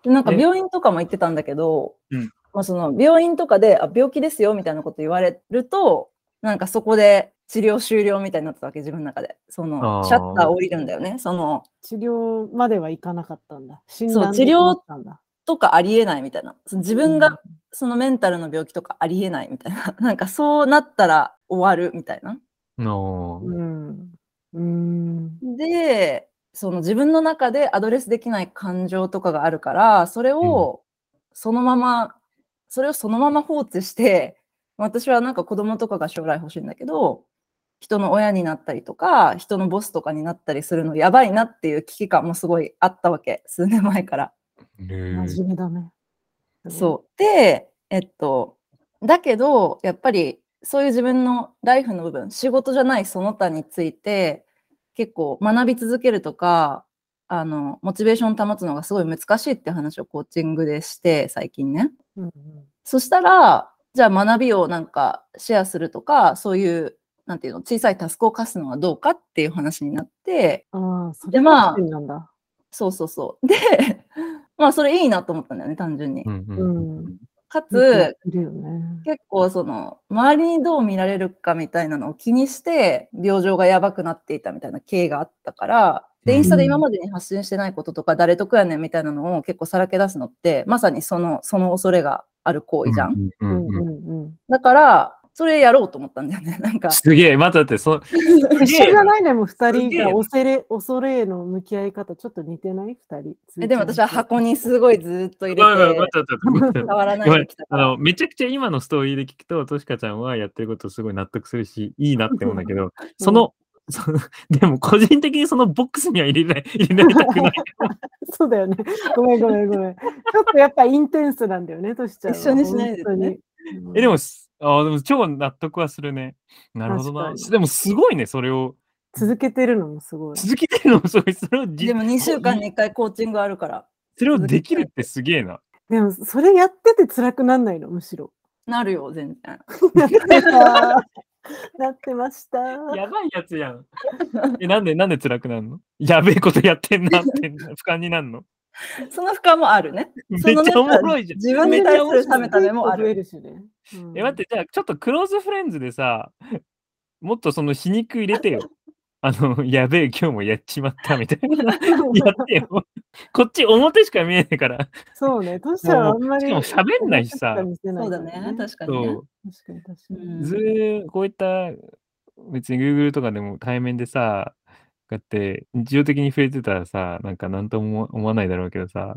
S1: でなんか
S3: ね
S1: 病院とかも行ってたんだけど、
S3: うん
S1: まあ、その病院とかであ病気ですよみたいなこと言われるとなんかそこで治療終了みたいになってたわけ自分の中でそ
S3: あ
S1: の
S3: ー
S1: シャッター降りるんだよねその
S2: 治療まではいかなかったんだ。診
S1: そう
S2: 断
S1: 治療
S2: で困ったんだ。
S1: とかありえないみたいなその自分
S2: うん
S1: がそのメンタルの病気とかありえないみたいな なんかそうなったら終わるみたいな
S3: の
S2: うん。うん。
S1: でその自分の中でアドレスできない感情とかがあるからそれをそのまま、それをそのまま放置して私はなんか子供とかが将来欲しいんだけど人の親になったりとか人のボスとかになったりするのやばいなっていう危機感もすごいあったわけ数年前から。
S2: 真面目だね。
S1: そうでえっとだけどやっぱりそういう自分のライフの部分仕事じゃないその他について結構学び続けるとかあのモチベーション保つのがすごい難しいって話をコーチングでして最近ね
S2: うんうん。
S1: そしたらじゃあ学びをなんかシェアするとかそういうなんていうの小さいタスクを課すのはどうかっていう話になって
S2: ああ、それ
S1: でまあ
S2: がなんだ。
S1: そうそうそうでまあそれいいなと思ったんだよね単純に。
S3: うんうん
S2: うん。
S1: かつ
S2: よくいるよね。
S1: 結構その周りにどう見られるかみたいなのを気にして病状がやばくなっていたみたいな経緯があったからで
S3: うん
S1: インスタで今までに発信してないこととか誰得やねんみたいなのを結構さらけ出すのってまさにそのその恐れがある行為じゃん、
S3: う
S2: うんう
S3: んうん
S2: んうん。
S1: だからそれやろうと思ったんだよねなんか
S3: すげえ、まだって、そ
S2: 一緒じゃないね、もう二
S3: す
S2: 人
S3: げえ
S2: が
S3: な
S2: 恐れ、恐れへの向き合い方、ちょっと似てない二人。
S1: えでも私は箱にすごいずっと入れ
S3: ごめんごめん
S1: て
S3: 待って待って待って
S1: 触らないできた
S3: あ
S1: から
S3: のめちゃくちゃ今のストーリーで聞くと、としかちゃんはやってることすごい納得するし、いいなって思うんだけど、その、その でも個人的にそのボックスには入れない、入れられたくない。
S2: そうだよね。ごめんごめんごめん。ちょっとやっぱインテンスなんだよね、としちゃんは。
S1: 一緒にしないでね
S2: 本当に。うん
S3: え、でも、すあーでも超納得はするね。なるほどな
S2: 確か。に
S3: でもすごいね、それを。
S2: 続けてるのもすごい。
S3: 続けてるのもすごい。それをじ
S1: でも2週間に1回コーチングあるから
S3: それをできるってすげえな。
S2: でも、それやってて辛くなんないの、むしろ。
S1: なるよ全然
S2: な ってた。なってました。
S3: やばいやつやん。え、なんで、なんで辛くなるのやべえことやってんなって、俯瞰になるの
S1: その負荷もあるね
S3: めっ
S1: その
S3: ちゃおもろいじゃん。
S1: 自分に対するためためもあ
S2: 増
S1: る
S2: えるしね。うん
S3: え、待って、じゃあ、ちょっとクローズフレンズでさ、 もっとその皮肉入れてよ。 あの、やべえ、今日もやっちまったみたいな。や ってよ。こっち表しか見えないから。
S2: そうね、トシちゃんはあんまり。
S3: もうしかも喋んないしさ
S2: 表情しか
S1: そう
S2: 見せ
S1: だ
S2: ないから
S1: ね確かにね
S3: そう。
S2: 確かに確かに。
S1: うん
S3: ずーこういった、別に Google とかでも対面でさ、こうやって日常的に触れてたらさ、なんか何とも思わないだろうけどさ、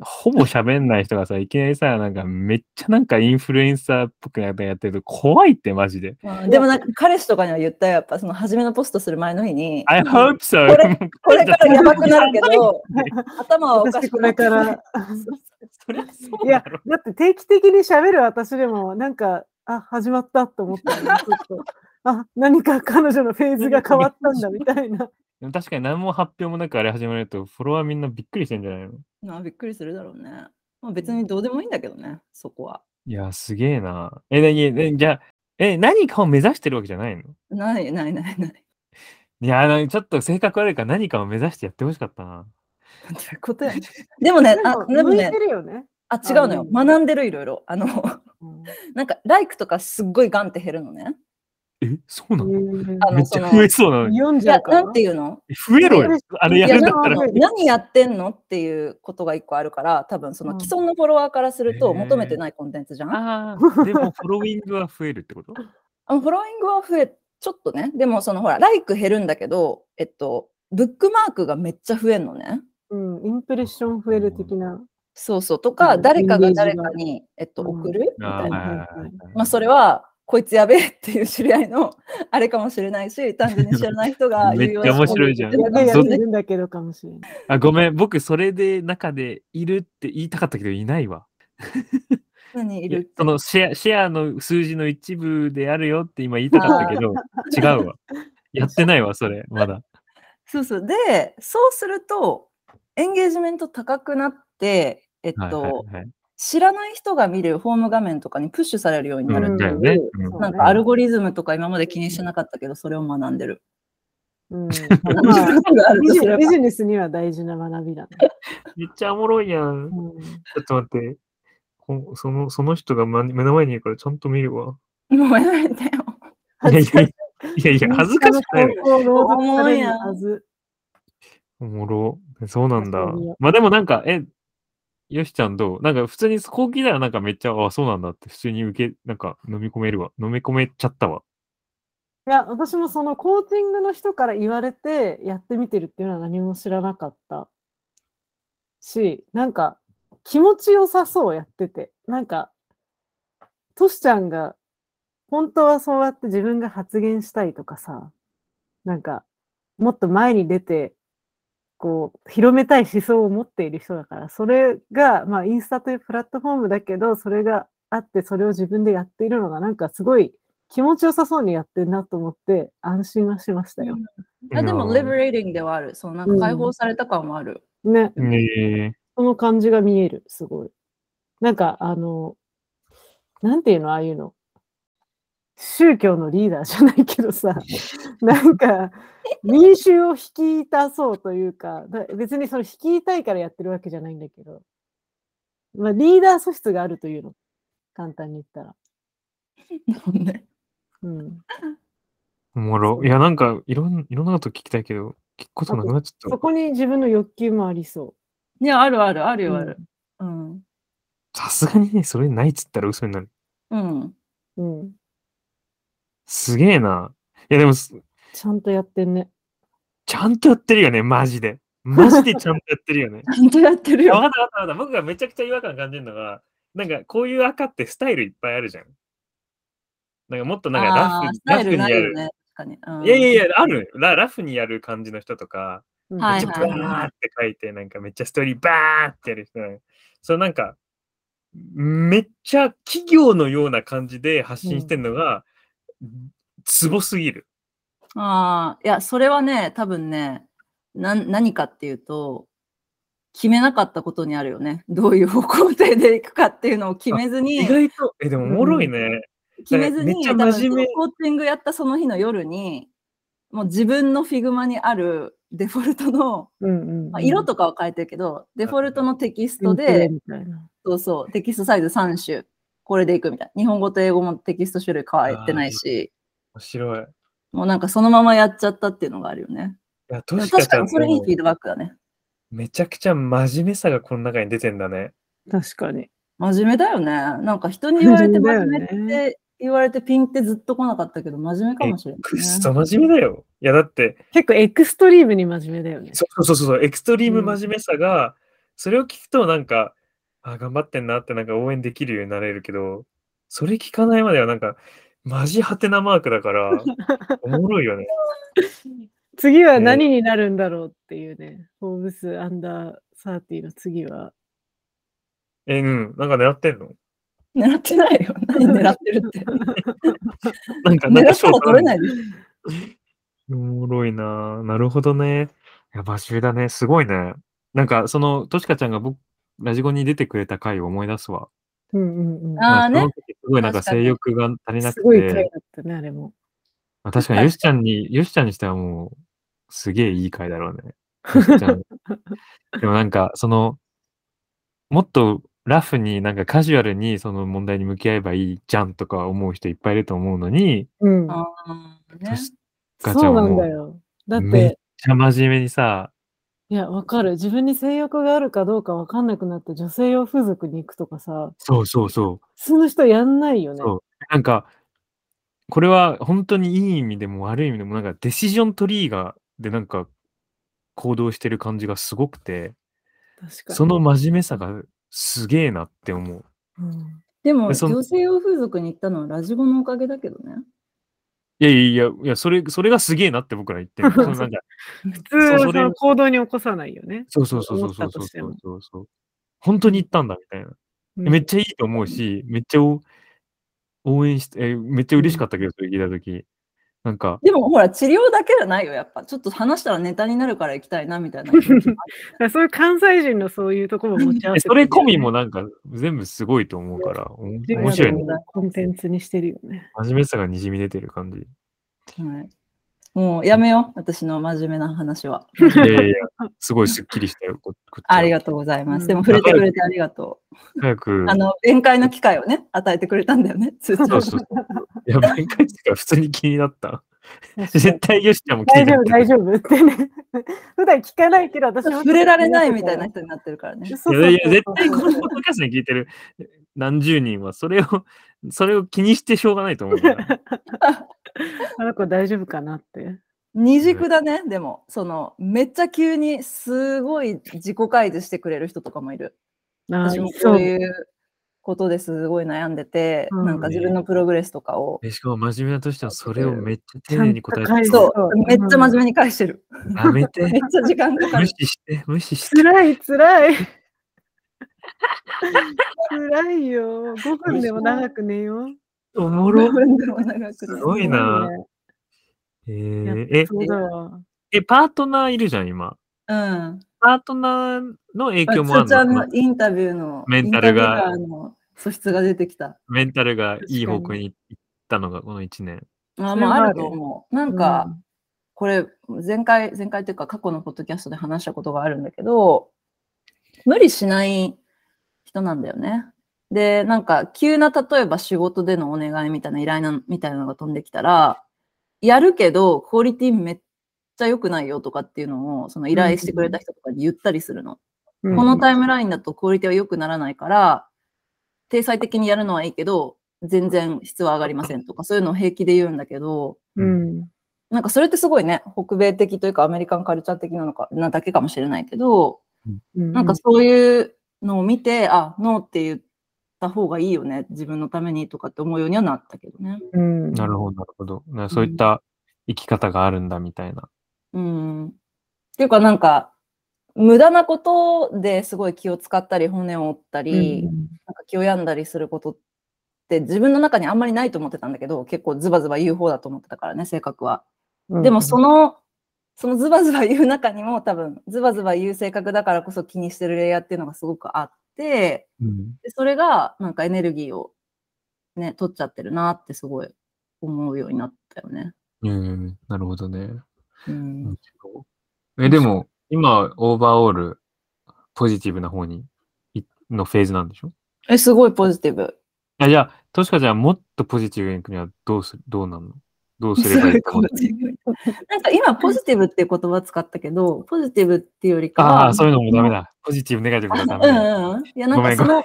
S3: ほぼ喋んない人がさ、いきなりさ、なんかめっちゃなんかインフルエンサーっぽくやってると怖いってマジで。
S1: まあでもなんか彼氏とかには言ったよ、やっぱその初めのポストする前の日に、
S3: I hope so!
S1: これこれからやばくなるけど、頭はおかし
S2: 私
S1: く
S2: こ
S1: な
S2: れ
S1: って
S2: か
S1: る
S2: ら。
S3: そりゃそ
S2: いう
S3: だ
S2: や、
S3: ろ。
S2: だって定期的に喋る私でも、なんか、あ、始まったと思ったん だ、ちょっと。あ、何か彼女のフェーズが変わったんだ、みたいな。
S3: でも確かに何も発表もなくあれ始まると、フォロワーみんなびっくりしてんじゃないの
S1: まあびっくりするだろうね。まあ、別にどうでもいいんだけどね、そこは。
S3: いや、すげえな。え、なに、えじゃあ、え、何かを目指してるわけじゃないの
S1: ないないないない。
S3: いや、なんかちょっと性格悪いから何かを目指してやってほしかったな。
S1: どういうことや ねんでもね、あでも
S2: 向いて
S1: ね、
S2: るよね。
S1: あ違うのよ。
S2: あうん
S1: 学んでるいろいろ。あの、
S2: うん
S1: なんか、ライクとかすっごいガンって減るのね。
S3: え、そうなの
S1: あの
S3: めっ
S1: そ
S3: ちゃ
S1: の
S3: 増えそうなのに。
S2: 40
S1: いや、
S2: か
S1: なんていうの
S3: 増えろよ
S2: いや。
S3: あれ
S1: い
S3: や
S1: や
S3: るんだ
S1: な
S3: っ
S1: んか
S3: た
S1: あの
S3: ら。
S1: 何やってんのっていうことが一個あるから多分その既存のフォロワーからすると
S3: うん
S1: 求めてないコンテンツじゃん。
S3: あ あ、でもフォロウィングは増えるってこと
S1: あのフォローイングは増え、ちょっとね、でもそのほら、ライク減るんだけど、えっと、ブックマークがめっちゃ増えんのね。
S2: うん、インプレッション増える的な。
S1: そうそう。とか、
S2: うん
S1: 誰かが
S2: イメージが
S1: 誰かに、えっと、
S2: うん
S1: 送るみた
S3: あー
S1: い
S3: はい
S1: な。
S3: はいはいはい
S1: まあ、それは、こいつやべえっていう知り合いの あれかもしれないし、単純に知らない人が
S3: めっちゃ面白いじゃん
S2: や
S1: 有
S2: べえ
S1: 用
S2: や
S1: 書を
S2: つい
S1: ね
S2: るんだけどかもしれない。
S3: あ、ごめん。僕、それで中でいるって言いたかったけど、いないわ。
S1: 何い
S3: いや
S1: る
S3: そのシェア、シェアの数字の一部であるよって今言いたかったけど、違うわ。やってないわ、それ、まだ。
S1: そうそう。で、そうすると、エンゲージメント高くなって、えっと、
S3: はいはいはい。
S1: 知らない人が見るホーム画面とかにプッシュされるようになる
S3: う
S1: っ
S3: ん、
S1: て
S3: だ
S1: い
S3: よ
S1: う、
S3: ね。
S2: そう
S1: なんかアルゴリズムとか今まで気にしてなかったけど、それを学んでる。
S2: うん、
S1: 学
S2: まあ
S1: んでることがある
S2: ビ
S1: と
S2: ジ
S1: すれば
S2: ビジネスには大事な学びだね。
S3: めっちゃおもろいやん。ちょっと待って。こそのその人がま目の前にいるからちゃんと見るわ。
S1: もうやめてよ。
S3: いやいやいやいや、恥ずかしくないわ。
S2: 高校朗読さ
S1: 思う
S2: れる
S1: やん
S2: はず
S3: おもろ。そうなんだ
S2: そうよ。
S3: まあでもなんか、え、よしちゃんどうなんか普通にこう聞いたらなんかめっちゃ、あ、そうなんだって普通に受け、なんか飲み込めるわ。飲み込めちゃったわ。
S2: いや、私もそのコーチングの人から言われてやってみてるっていうのは何も知らなかったし、なんか気持ちよさそうやってて、なんか、トシちゃんが本当はそうやって自分が発言したりとかさ、なんかもっと前に出て、こう、広めたい思想を持っている人だから、それが、まあ、インスタというプラットフォームだけど、それがあって、それを自分でやっているのが、なんかすごい気持ちよさそうにやってるなと思って安心はしましたよ。
S1: あでも、
S3: レ
S1: リベレーティングではある。そう、なんか解放された感もある。
S2: ね、
S3: ね
S2: その感じが見える、すごい。なんか、あの、なんていうの、ああいうの。宗教のリーダーじゃないけ どさ、なんか、民衆を率いたそうというか、だ別にその率いたいからやってるわけじゃないんだけど、まあ、リーダー素質があるというの、簡単に言ったら。
S1: なんで
S2: うん、
S3: おもろ。いや、なんかいろんいろんなこと聞きたいけど、聞くことなくなっちゃ
S2: そ
S3: っ
S2: こに自分の欲求もありそ
S1: いや、あるある、あるよ、
S2: うん
S1: ある。うん。
S3: た。さすがにね、それないっつったら嘘になる。
S1: うん。
S2: う。うん、
S3: すげえな。いや、でもす、
S2: ちゃんとやってんね。
S3: ちゃんとやってるよね、マジで。マジでちゃんとやってるよね。
S1: ちゃんとやってる
S3: いやわ
S1: よ。
S3: かったわかったわかった。僕がめちゃくちゃ違和感感じるのが、なんかこういう赤ってスタイルいっぱいあるじゃん。なんかもっとなんかラ
S1: あー
S3: フ
S1: スタイ
S3: ラフ
S1: ル
S3: に
S1: な
S3: や
S1: いよ
S3: る。
S1: ね。確かに。うん
S3: いやいやいや、あるララフにやる感じの人とか、
S2: うん
S1: はい
S3: めっちゃバーって書いて、なんかめっちゃストーリーバーってやる人なのそうなんか、めっちゃ企業のような感じで発信してるのが、ツボすぎる。
S1: ああ、いや、それはね、多分ね、なん何かっていうと、決めなかったことにあるよね。どういう方向性でいくかっていうのを決めず に、
S3: 意外と、え、でもおもろいね。
S1: 決めず
S3: めっ
S1: に、
S3: ちゃ
S1: 多分そ
S3: 真面目
S1: のコーチングやったその日の夜に、もう自分のフィグマにあるデフォルトの、
S2: うんうん
S1: まあ、色とかは変えてるけど、デフォルトのテキスト
S2: テンプレ
S1: で、
S2: みたいな。
S1: そうそう、テキストサイズ3種、これでいくみたいな。日本語と英語もテキスト種類変えてないし、
S3: 面白い。い
S1: もうなんかそのままやっちゃったっていうのがあるよね。
S3: や、トシカ
S1: 確
S3: ち
S1: か
S3: ゃん
S1: にそれいいフィー
S3: の
S1: ドバックだね。
S3: めちゃくちゃ真面目さがこの中に出てんだね。
S2: 確かに。
S1: 真面目だよね。なんか人に言われて
S2: 真面
S1: 真
S2: 目だよ
S1: 面
S2: ね
S1: 目って言われてピンってずっと来なかったけど、真面目かもしれない、ね。
S3: くっそ真面目だよ。いや、だって、
S2: 結構エクストリームに真面目だよね。
S3: そうそうそうそう、エクストリーム
S2: うん
S3: 真面目さが、それを聞くとなんか、あ、頑張ってんなってなんか応援できるようになれるけど、それ聞かないまではなんか、マジハテなマークだから、おもろいよね。
S2: 次は何になるんだろうっていうね。フォーブスアンダーサーティの次は。
S3: え、うん、なんか狙って んの
S1: 狙ってないよ。何狙ってるって。
S3: なんか、なん
S1: 狙
S3: か。
S1: ったら取れないいでしょ。
S3: おもろいななるほどね。いや、真面目だね。すごいね。なんか、その、としかちゃんが僕、ラジゴに出てくれた回を思い出すわ。
S2: うんうんうん。
S1: あーね
S3: なんかその時すごいなんか
S1: 確かに
S3: 性欲が足りなくて。
S2: すごい回だったね、あれも。
S3: まあ、確かに、よしちゃんに、よしちゃんにしてはもう、すげえいい回だろうね。よしちゃんでもなんか、その、もっとラフに、なんかカジュアルにその問題に向き合えばいいじゃんとか思う人いっぱいいると思うのに、
S2: うん。
S1: あーね
S3: そしガチャ
S2: そう
S3: は
S2: な
S3: もうん
S2: だよ。だっ、
S3: めってちゃ真面目にさ、
S2: いや、わかる。自分に性欲があるかどうかわかんなくなって、女性用風俗に行くとかさ、
S3: そうそうそう。
S2: 普通の人やんないよね。
S3: そうなんか、これは本当にいい意味でも悪い意味でも、なんかデシジョントリーガーでなんか行動してる感じがすごくて、
S2: 確かに。
S3: その真面目さがすげえなって思う。
S2: うん
S1: でも、
S3: その
S1: 女性用風俗に行ったのはラジゴのおかげだけどね。
S3: いやいやいや、いやそれ、それがすげえなって僕ら言っ てる。そのなんか
S2: 普通は
S3: そ
S2: そ
S3: れ
S2: の行動に起こさないよね。
S3: そうそうそう
S2: 思
S3: そ
S2: っ
S3: う
S2: た
S3: そ
S2: と
S3: うそう
S2: して
S3: そ
S2: も
S3: うそうそう。本当に行ったんだみたいな。めっちゃいいと思うし、めっちゃお応援して、えめっちゃ嬉しかったけど、それ聞いたとき。なんか、
S1: でもほら、治療だけじゃないよ、やっぱ。ちょっと話したらネタになるから行きたいな、みた いな気持ちもある。
S2: らそういう関西人のそういうところも持ち合わ
S3: え
S2: せて
S3: それ込みもなんか全部すごいと思うから、おも面白いね。
S2: コンテンツにしてるよね。
S3: 真面目さがにじみ出てる感 じ。
S1: はい、もうやめよう、私の真面目な話 は。
S3: いやいやいや、すごいすっきりしたよ。ここっちは
S1: ありがとうございま
S2: う
S1: す。
S2: ん
S1: でも触れてくれてありがと
S3: 早く
S1: う。あ、の、弁解の機会をね、与えてくれたんだよね、通
S3: そう
S1: 常。
S3: そうそう。いや、弁解っていうか普通に気に なった。絶
S2: 大
S3: 対よしちゃんも聞いて
S2: 丈夫、大
S3: る。
S2: 丈夫ってね。 普段聞かないけど、私
S1: 触れられないみたいな。人になってるからね。
S2: そうそう
S3: い
S2: そ
S3: や
S2: う
S3: いや、絶対このポッドキャストに聞いてる何十人は、それを、 それを気にしてしょうがないと思う から。
S2: あの子大丈夫かなって。
S1: 二軸だね、でも、その、めっちゃ急にすごい自己開示してくれる人とかもいる。
S2: あ
S1: 私もそういうことですごい悩んでて、
S2: うん
S1: なんか自分のプログレスとかを。
S3: えしかも真面目なとしては、それをめっちゃ丁寧に答え
S2: ちゃんと返
S3: て
S2: す
S1: そ
S2: そう
S1: う、めっちゃ真面目に返してる。
S3: やめて。
S1: めっちゃ時間かか
S3: 無
S1: る。
S3: 視して、無視して。
S2: 辛い辛い。辛いよ。5分でも長く寝よう。
S3: おもろ
S1: 5。分でも長く
S3: す
S1: なる
S3: ごいな。え
S2: いや
S3: ー、え
S2: そうだわ。
S3: え、パートナーいるじゃん、今。
S1: うん。
S3: パートナーの影響も
S1: ま
S3: あ
S1: あつーちゃ
S3: る
S1: ん
S3: の
S1: のインタビューの
S3: メンタ
S1: イ
S3: ルが
S1: ンタビュアーの素質が出てきた。
S3: メンタルがい
S2: 確か
S3: い
S2: に
S3: 方向に行ったのが、この1年。
S1: まあ
S2: それ
S1: ま
S2: は
S1: あ
S2: ある
S1: あると思う。なんか、これ前回前回というか過去のポッドキャストで話したことがあるんだけど無理しない人なんだよね。でなんか急な例えば仕事でのお願いみたいな依頼なみたいなのが飛んできたらやるけどクオリティめっちゃ良くないよとかっていうのをその依頼してくれた人とかに言ったりするの。
S2: うん、
S1: この
S2: イ
S1: タイムラインだとクオリティは良くならないから定裁的にやるのはいいけど全然質は上がりませんとかそういうのを平気で言うんだけど
S2: うん。
S1: なんかそれってすごいね、北米的というかアメリカンカルチャー的なのかなだけかもしれないけど、
S2: な
S1: なんかそういうのを見て、あ、ノーって言った方がいいよね、自分のためにとかって思うようにはなったけどね。
S2: うん、
S3: なるほど、なるほど。なそういった生き方があるんだみたいな。
S1: うん。っていうかなんか、無駄なことですごい気を使ったり、骨を折ったり、なんか気を病んだりすることって自分の中にあんまりないと思ってたんだけど、結構ズバズバ言う方だと思ってたからね、性格は。
S2: うん
S1: でもその、そのズバズバ言う中にも多分、ズバズバ言う性格だからこそ気にしてるレイヤーっていうのがすごくあって、
S3: うん
S1: でそれがなんかエネルギーをね、取っちゃってるなってすごい思うようになったよね。
S3: うん、なるほどね。
S1: うん。
S3: え、でも、今、オーバーオール、ポジティブな方に、いのフェーズなんでしょ
S1: え、すごいポジティブ。
S3: あじゃあ、としかちゃん、もっとポジティブに行くには、どうする、どうなんのどうすればいいと思う
S1: なんか今、ポジティブっていう言葉使ったけど、ポジティブっていうよりかは、
S3: ああ、そういうのもダメだ。ポジティブ、ネガティブがダメ
S1: うん
S3: だ。
S1: うんうん。いや、なんかその、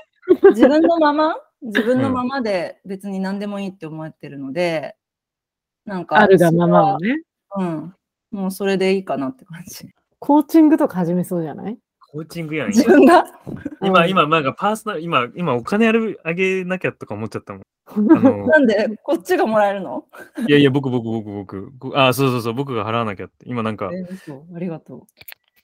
S1: 自分のまま、自分のままで別に何でもいいって思ってるので、なんか、
S2: あるがままをね。
S1: うん。もうそれでいいかなって感じ。
S2: コーチングとか始めそうじゃない
S3: コーチングやん。
S1: 自分が。
S3: 今、
S2: うん
S3: 今、なんかパーソナル、今、今、お金ある、あげなきゃとか思っちゃったもん。あの、
S1: なんで、こっちがもらえるの
S3: いやいや、僕、僕、僕、僕こ。あ、そうそうそう、僕が払わなきゃって。今なんか、
S1: えそう。ありがと。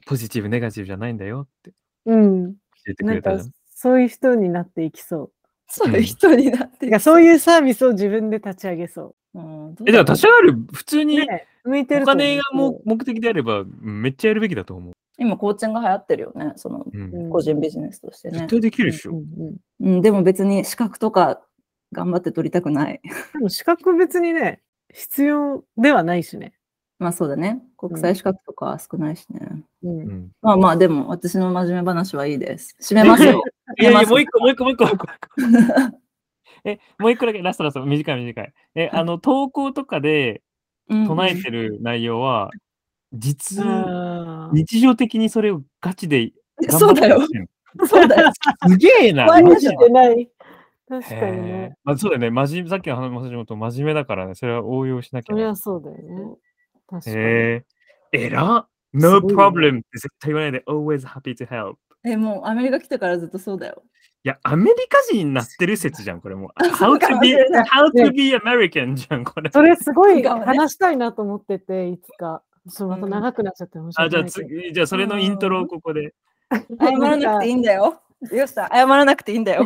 S3: ポジティブ、ネガティブじゃないんだよって
S2: うん。
S3: 教えてく
S2: な
S3: れ
S2: ん
S3: た
S2: か
S3: じゃん。
S2: そういう人になっていきそう
S1: そういう人になって
S2: う。
S1: い
S2: てか
S1: く。
S2: そういうサービスを自分で立ち上げそ
S1: うん、
S3: え、だから、立ち上がる、普通
S2: う。
S3: に、
S2: ね、向いてる
S3: お
S2: と思う
S3: 金がも目的であれば、めっちゃやるべきだと思う。
S1: 今、コーチング流行ってるよね。その、
S3: うん
S2: うん
S1: 個人ビジネスとして
S3: 絶
S1: ね。
S3: 対できるでし
S2: うん
S3: ょ。
S2: う
S1: う
S2: ん
S1: ん、でも別に資格とか頑張って取りたくない。
S2: でも資格別にね、必要ではないしね。
S1: まあそうだね。国際資格とか少ないしね。
S2: うん
S3: うん
S1: まあまあ、でも私の真面目話はいいです。締めますよ。
S3: いやいや、もう一個、もう一個、もう一個、もう一個。え、もう一個だけ、ラストラスト、短い短い。え、あの、投稿とかで
S1: うん
S3: 唱えてる内容は、実、
S2: あー
S3: 日常的にそれをガチで頑張
S1: そ
S3: っ
S1: う
S3: て
S1: だよ
S3: ほしいの。
S1: そうだよ。
S3: すげえな。
S2: 毎
S3: マ
S2: 日
S3: ジで
S2: してない。確かに
S3: へー
S2: ね。
S3: まあ、そうだよね。真面目さっきの話もと真面目だからね。それは応用しなき
S2: そ
S3: ゃ
S2: り
S3: ね。
S2: ゃそうだよね。確かに。
S3: へえ。えらっ
S2: すご
S3: !No
S2: いね
S3: problem! って絶対言わないで、always happy to help.
S1: え、もうアメリカ来てからずっとそうだよ。
S3: いや、アメリカ人になってる説じゃん、これもう。
S1: そ
S3: How
S1: うか
S3: to
S1: もし
S3: be,
S1: れない
S3: how to be American じゃん、これ。
S2: それすご
S1: 違
S2: い
S1: うね
S2: 話したいなと思ってて、いつか。ちょっとまた
S1: うん
S2: 長くなっちゃって面白
S3: あ、
S2: い
S3: じゃあ次、じゃあそれのイントロをここで。
S1: 謝らなくていいんだよ。よしさん、謝らなくていいんだよ。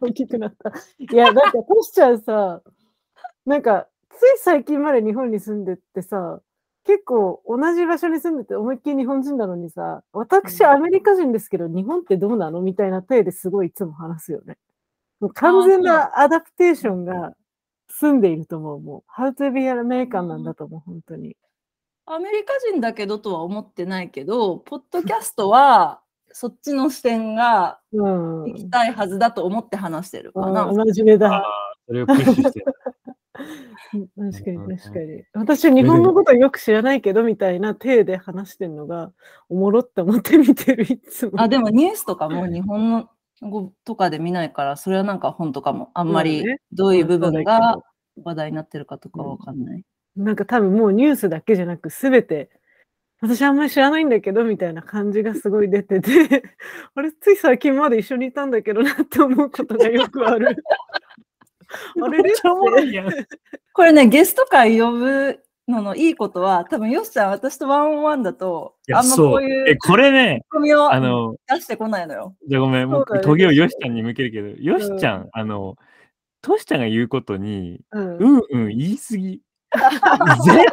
S2: 大きくなった。いや、なんか、トシちゃんさ、なんか、つい最近まで日本に住んでってさ、結構同じ場所に住んでて思いっきり日本人なのにさ、私
S1: うん
S2: アメリカ人ですけど日本ってどうなのみたいな体ですごいいつも話すよね。もう完全なアダプテーションが住んでいると思う。もう、How to be an American なんだと思う、本当に。
S1: アメリカ人だけどとは思ってないけど、ポッドキャストはそっちの視点が
S2: うん。
S1: 行きたいはずだと思って話してるかな。
S2: あ真面目だ。
S3: それをプッシュ してる。
S2: うん確か
S3: うんうんう
S2: に
S3: ん
S2: 確かに。私は日本のことよく知らないけどみたいな体で話してるのがおもろって思って見てるいつも。
S1: あ、でもニュースとかも日本の語とかで見ないから、それはなんか本とかもあんまり
S2: そうだね
S1: どういう部分
S2: そうだけ
S1: が
S2: ど
S1: 話題になってるかとかわかんない。
S2: なんか多分もうニュースだけじゃなく全て私あんまり知らないんだけどみたいな感じがすごい出てて あれつい最近まで一緒にいたんだけどなって思うことがよくあ る。あれ
S3: め
S2: で
S3: っちゃおもろいやん。
S1: これね、ゲスト会呼ぶののいいことは、多分よしちゃん、私とワンオンワンだと、
S3: いや
S1: あんまこ
S3: そうう。
S1: い
S3: え、
S1: う
S3: これね、
S1: 込みを
S3: あの、
S1: 出してこないのよ。
S3: じゃあごめん、もう
S2: そうだね
S3: トゲをよしちゃんに向けるけど、よしちゃ、
S2: うん
S3: あの、としちゃんが言うことに、
S2: うん
S3: うんうん言い過ぎ。絶対反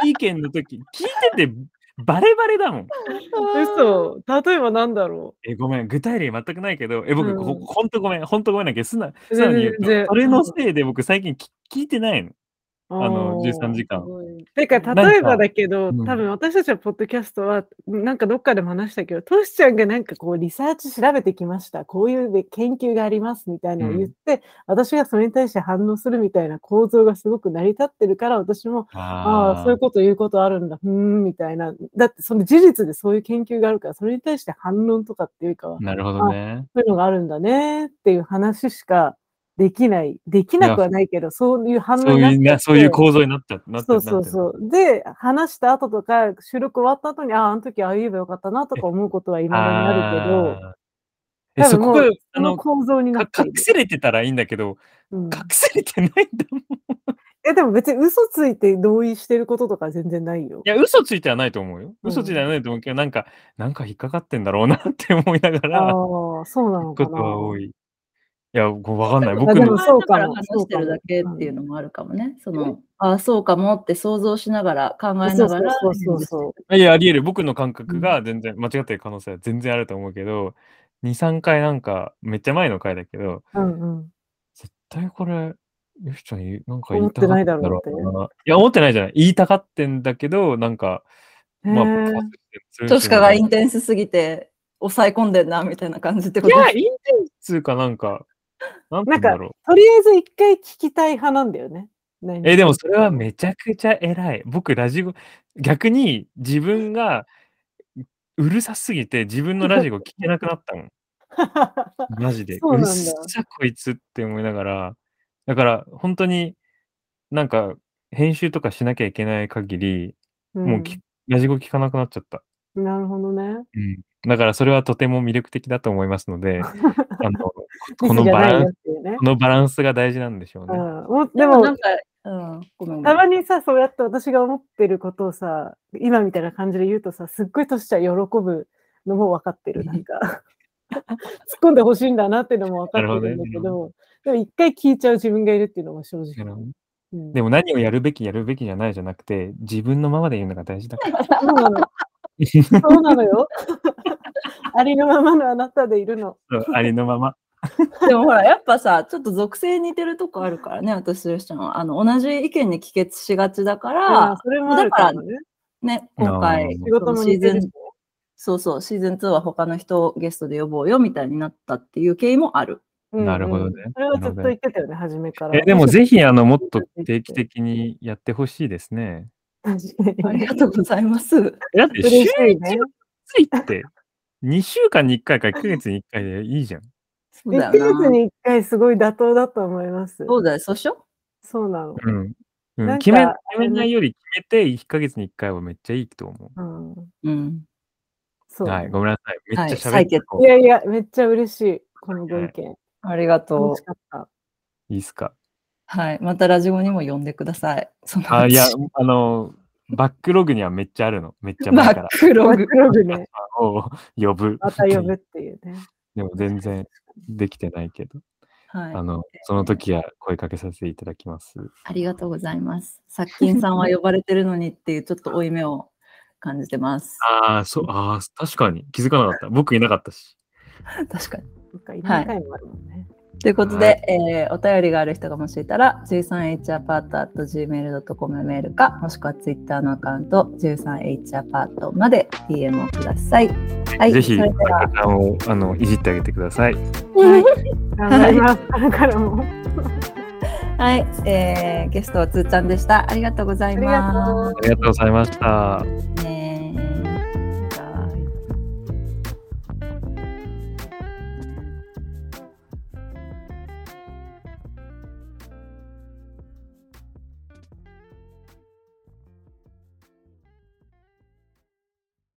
S3: 対意見の時、聞いててバレバレだもん。
S2: 嘘例えばなんだろ
S3: え、ごめん、具体例全くないけど、え、僕、
S2: うん
S3: ほほんとごめん、ほんとごめんなきゃ、素直
S2: う
S3: 素直に言う
S2: 全然
S3: と、それのせいで僕最近き聞いてないの。
S2: あ
S3: の
S2: ー
S3: 13時間
S2: すごいてか、
S3: なんか
S2: 例えばだけど、
S3: うん
S2: 多分私たちのポッドキャストは、なんかどっかでも話したけど、トシちゃんがなんかこうリサーチ調べてきました、こういう研究がありますみたいなのを言って、私がそれに対して反応するみたいな構造がすごく成り立ってるから、私も、ああ、そういうこと言うことあるんだ、ふーん、みたいな。だってその事実でそういう研究があるから、それに対して反論とかっていうかは、
S3: なるほどね。
S2: そういうのがあるんだねっていう話しかできない、できなくはないけど、そういう反
S3: そ
S2: 応
S3: う
S2: になっち
S3: いう
S2: ゃ
S3: な、
S2: って
S3: そういう構造になった、なった、
S2: そう
S3: なった。
S2: そうそう。で、話した後とか、収録終わった後に、ああ、あの時ああ言えばよかったなとか思うことは今までにあるけど、
S3: あーえ、
S2: 多
S3: そ
S2: 分も
S3: こ
S2: う
S3: が、あ
S2: その
S3: の、
S2: 構造になって
S3: か
S2: いる
S3: 隠。せれてたらいいんだけど、
S2: うん
S3: 隠せれてないんだもん。い
S2: え、でも別に嘘ついて同意してることとか全然ないよ。
S3: や、嘘ついてはないと思うよ。
S2: うん
S3: 嘘ついてはないと思うけど、なんか、なんか引っかかってんだろうなって思いなが
S2: ああ
S3: ら、こ
S2: ー、そうなのか
S3: と
S2: な。
S3: は多い。いや、こうわ かんない。
S2: も
S3: 僕
S2: で
S1: 名
S2: も
S3: の、
S1: 前だから
S2: そうかも
S1: 話してるだけっていうのもあるかもね。その、ああ、そうかもって想像しながら考えな
S2: そう
S1: がら
S2: そうそうそう。
S3: いや、あり得る。僕の感覚が全然、間違ってる可能性は全然あると思うけど、2、3回なんか、めっちゃ前の回だけど、
S2: うんうん。
S3: 絶対これ、よしちゃん言う、なんか言
S2: 思っ
S3: いた
S2: て
S3: が
S2: な
S3: って
S2: い
S3: んだ
S2: だろう
S3: ろうな。いや、思ってないじゃない。言いたがってんだけど、なんか、まあ、
S2: へー
S3: パスするん
S1: ト
S3: ですよね
S1: シカがインテンスすぎて抑え込んでんなみたいな感じってこ
S3: い
S1: と
S3: や、インテンスつうかなんか、なんて言うんだろう。
S2: とりあえず一回聞きたい派なんだよね。何
S3: え、でもそれはめちゃくちゃ偉い。僕、ラジオ、逆に自分がうるさすぎて自分のラジオ聞けなくなったもん。マジで。
S2: そうなんだ
S3: っさこいつって思いながら、だから本当になんか編集とかしなきゃいけない限り、もうきラジオ聞かなくなっちゃった。
S2: うんなるほどね。
S3: うんだからそれはとても魅力的だと思います ので、あの、
S2: ミ
S3: この
S2: スじゃ
S3: バ
S2: ない
S3: ラン
S2: よ
S3: ス、
S2: っていうね
S3: こ。のバランスが大事なんでしょう
S2: う
S3: ね。
S2: ん、もう
S1: で
S2: で
S1: も
S2: も
S1: なんか、うん、ごめんごめ
S2: た
S1: ん
S2: まにさそうやって私が思ってることをさ今みたいな感じで言うとさすっごい年ちゃん喜ぶのも分かってるなんか突っ込んでほしいんだなっていうのも分かってるんだけ
S3: なるほどねな
S2: どで
S3: る
S2: も一回聞いちゃう自分がいるっていうのも正
S3: だから
S2: 直。うん
S3: でも何をやるべきやるべきじゃないじゃなくて自分のままで言うのが大事 だから。
S2: そうなのそうなのよ。ありのままのあなたでいるの。
S3: そうありのまま。
S1: でもほら、やっぱさ、ちょっと属性似てるとこあるからね、私とよしちゃんは。あの、同じ意見に帰結しがちだか
S2: あ
S1: ら、
S2: それもあるからね。
S1: ね、今
S3: あー
S1: 回、
S2: 仕事も似てるしね。
S1: そうそう、シーズン2は他の人をゲストで呼ぼうよみたいになったっていう経緯もある。
S2: うんうん
S3: なるほどね
S2: それはずっと言ってたよね、初めから。
S3: えでも ぜひあのもっと
S2: そう
S3: 定期的にやってほしいですね。
S2: 確かに
S1: ありがとうございます。
S3: だって週
S2: 嬉しい
S3: 1
S2: ね。
S3: ついて2週間に1回か1ヶ月に1回でいいじゃん。
S1: そうだ
S2: 1ヶ
S1: よ
S2: 月
S1: な。
S2: に1回すごい妥当だと思います。
S1: そうだよ、そうしよ
S2: そうなの。
S3: うん。うん
S2: なんか
S3: 決め
S2: あ
S3: 決
S2: れね
S3: めないより決めて1ヶ月に1回はめっちゃいいと思。
S2: うん。
S1: う。うん。
S2: そうう。
S3: はい、ごめんなさい。めっちゃ
S1: は
S3: 喋
S1: い
S3: ってこ
S2: いやいや、めっちゃ嬉しい。このご意見。
S1: ありがと
S2: 楽
S1: う
S2: し。かった。
S3: う。いいっすか。
S1: はい。またラジオにも呼んでください。そのうち
S3: あ、いや、あの、バックログにはめっちゃあるの。めっちゃ前
S1: バ
S3: か
S1: ッ
S3: ら。
S1: クロ
S2: バ
S1: グ
S2: ッ。クログね。
S3: を呼ぶ。
S2: また呼ぶっていうね。
S3: でも全然できてないけど。
S1: はい、
S3: あの、その時は声かけさせていただきます。
S1: ありがとうございます。殺菌さんは呼ばれてるのにっていうちょっと負い目を感じてます。
S3: ああ、そう、ああ、確かに気づかなかった。僕いなかったし。
S1: 確かに。
S2: なんか、いない回もあるもんね。
S1: ということで、えーお便りがある人がもしいたら、13hapart.gmail.com メールか、もしくは Twitter のアカウント、13hapart まで DM をください。はい、
S3: ぜひ、
S1: それでは
S3: 赤ちゃんをあのいじってあげてくださ い。
S1: はい
S2: 頑張ります。これからも。
S1: はい、えーゲストはつーちゃんでした。ありがとうござい
S2: ありがとう
S1: ま
S3: ありがとうございました。
S1: す。ね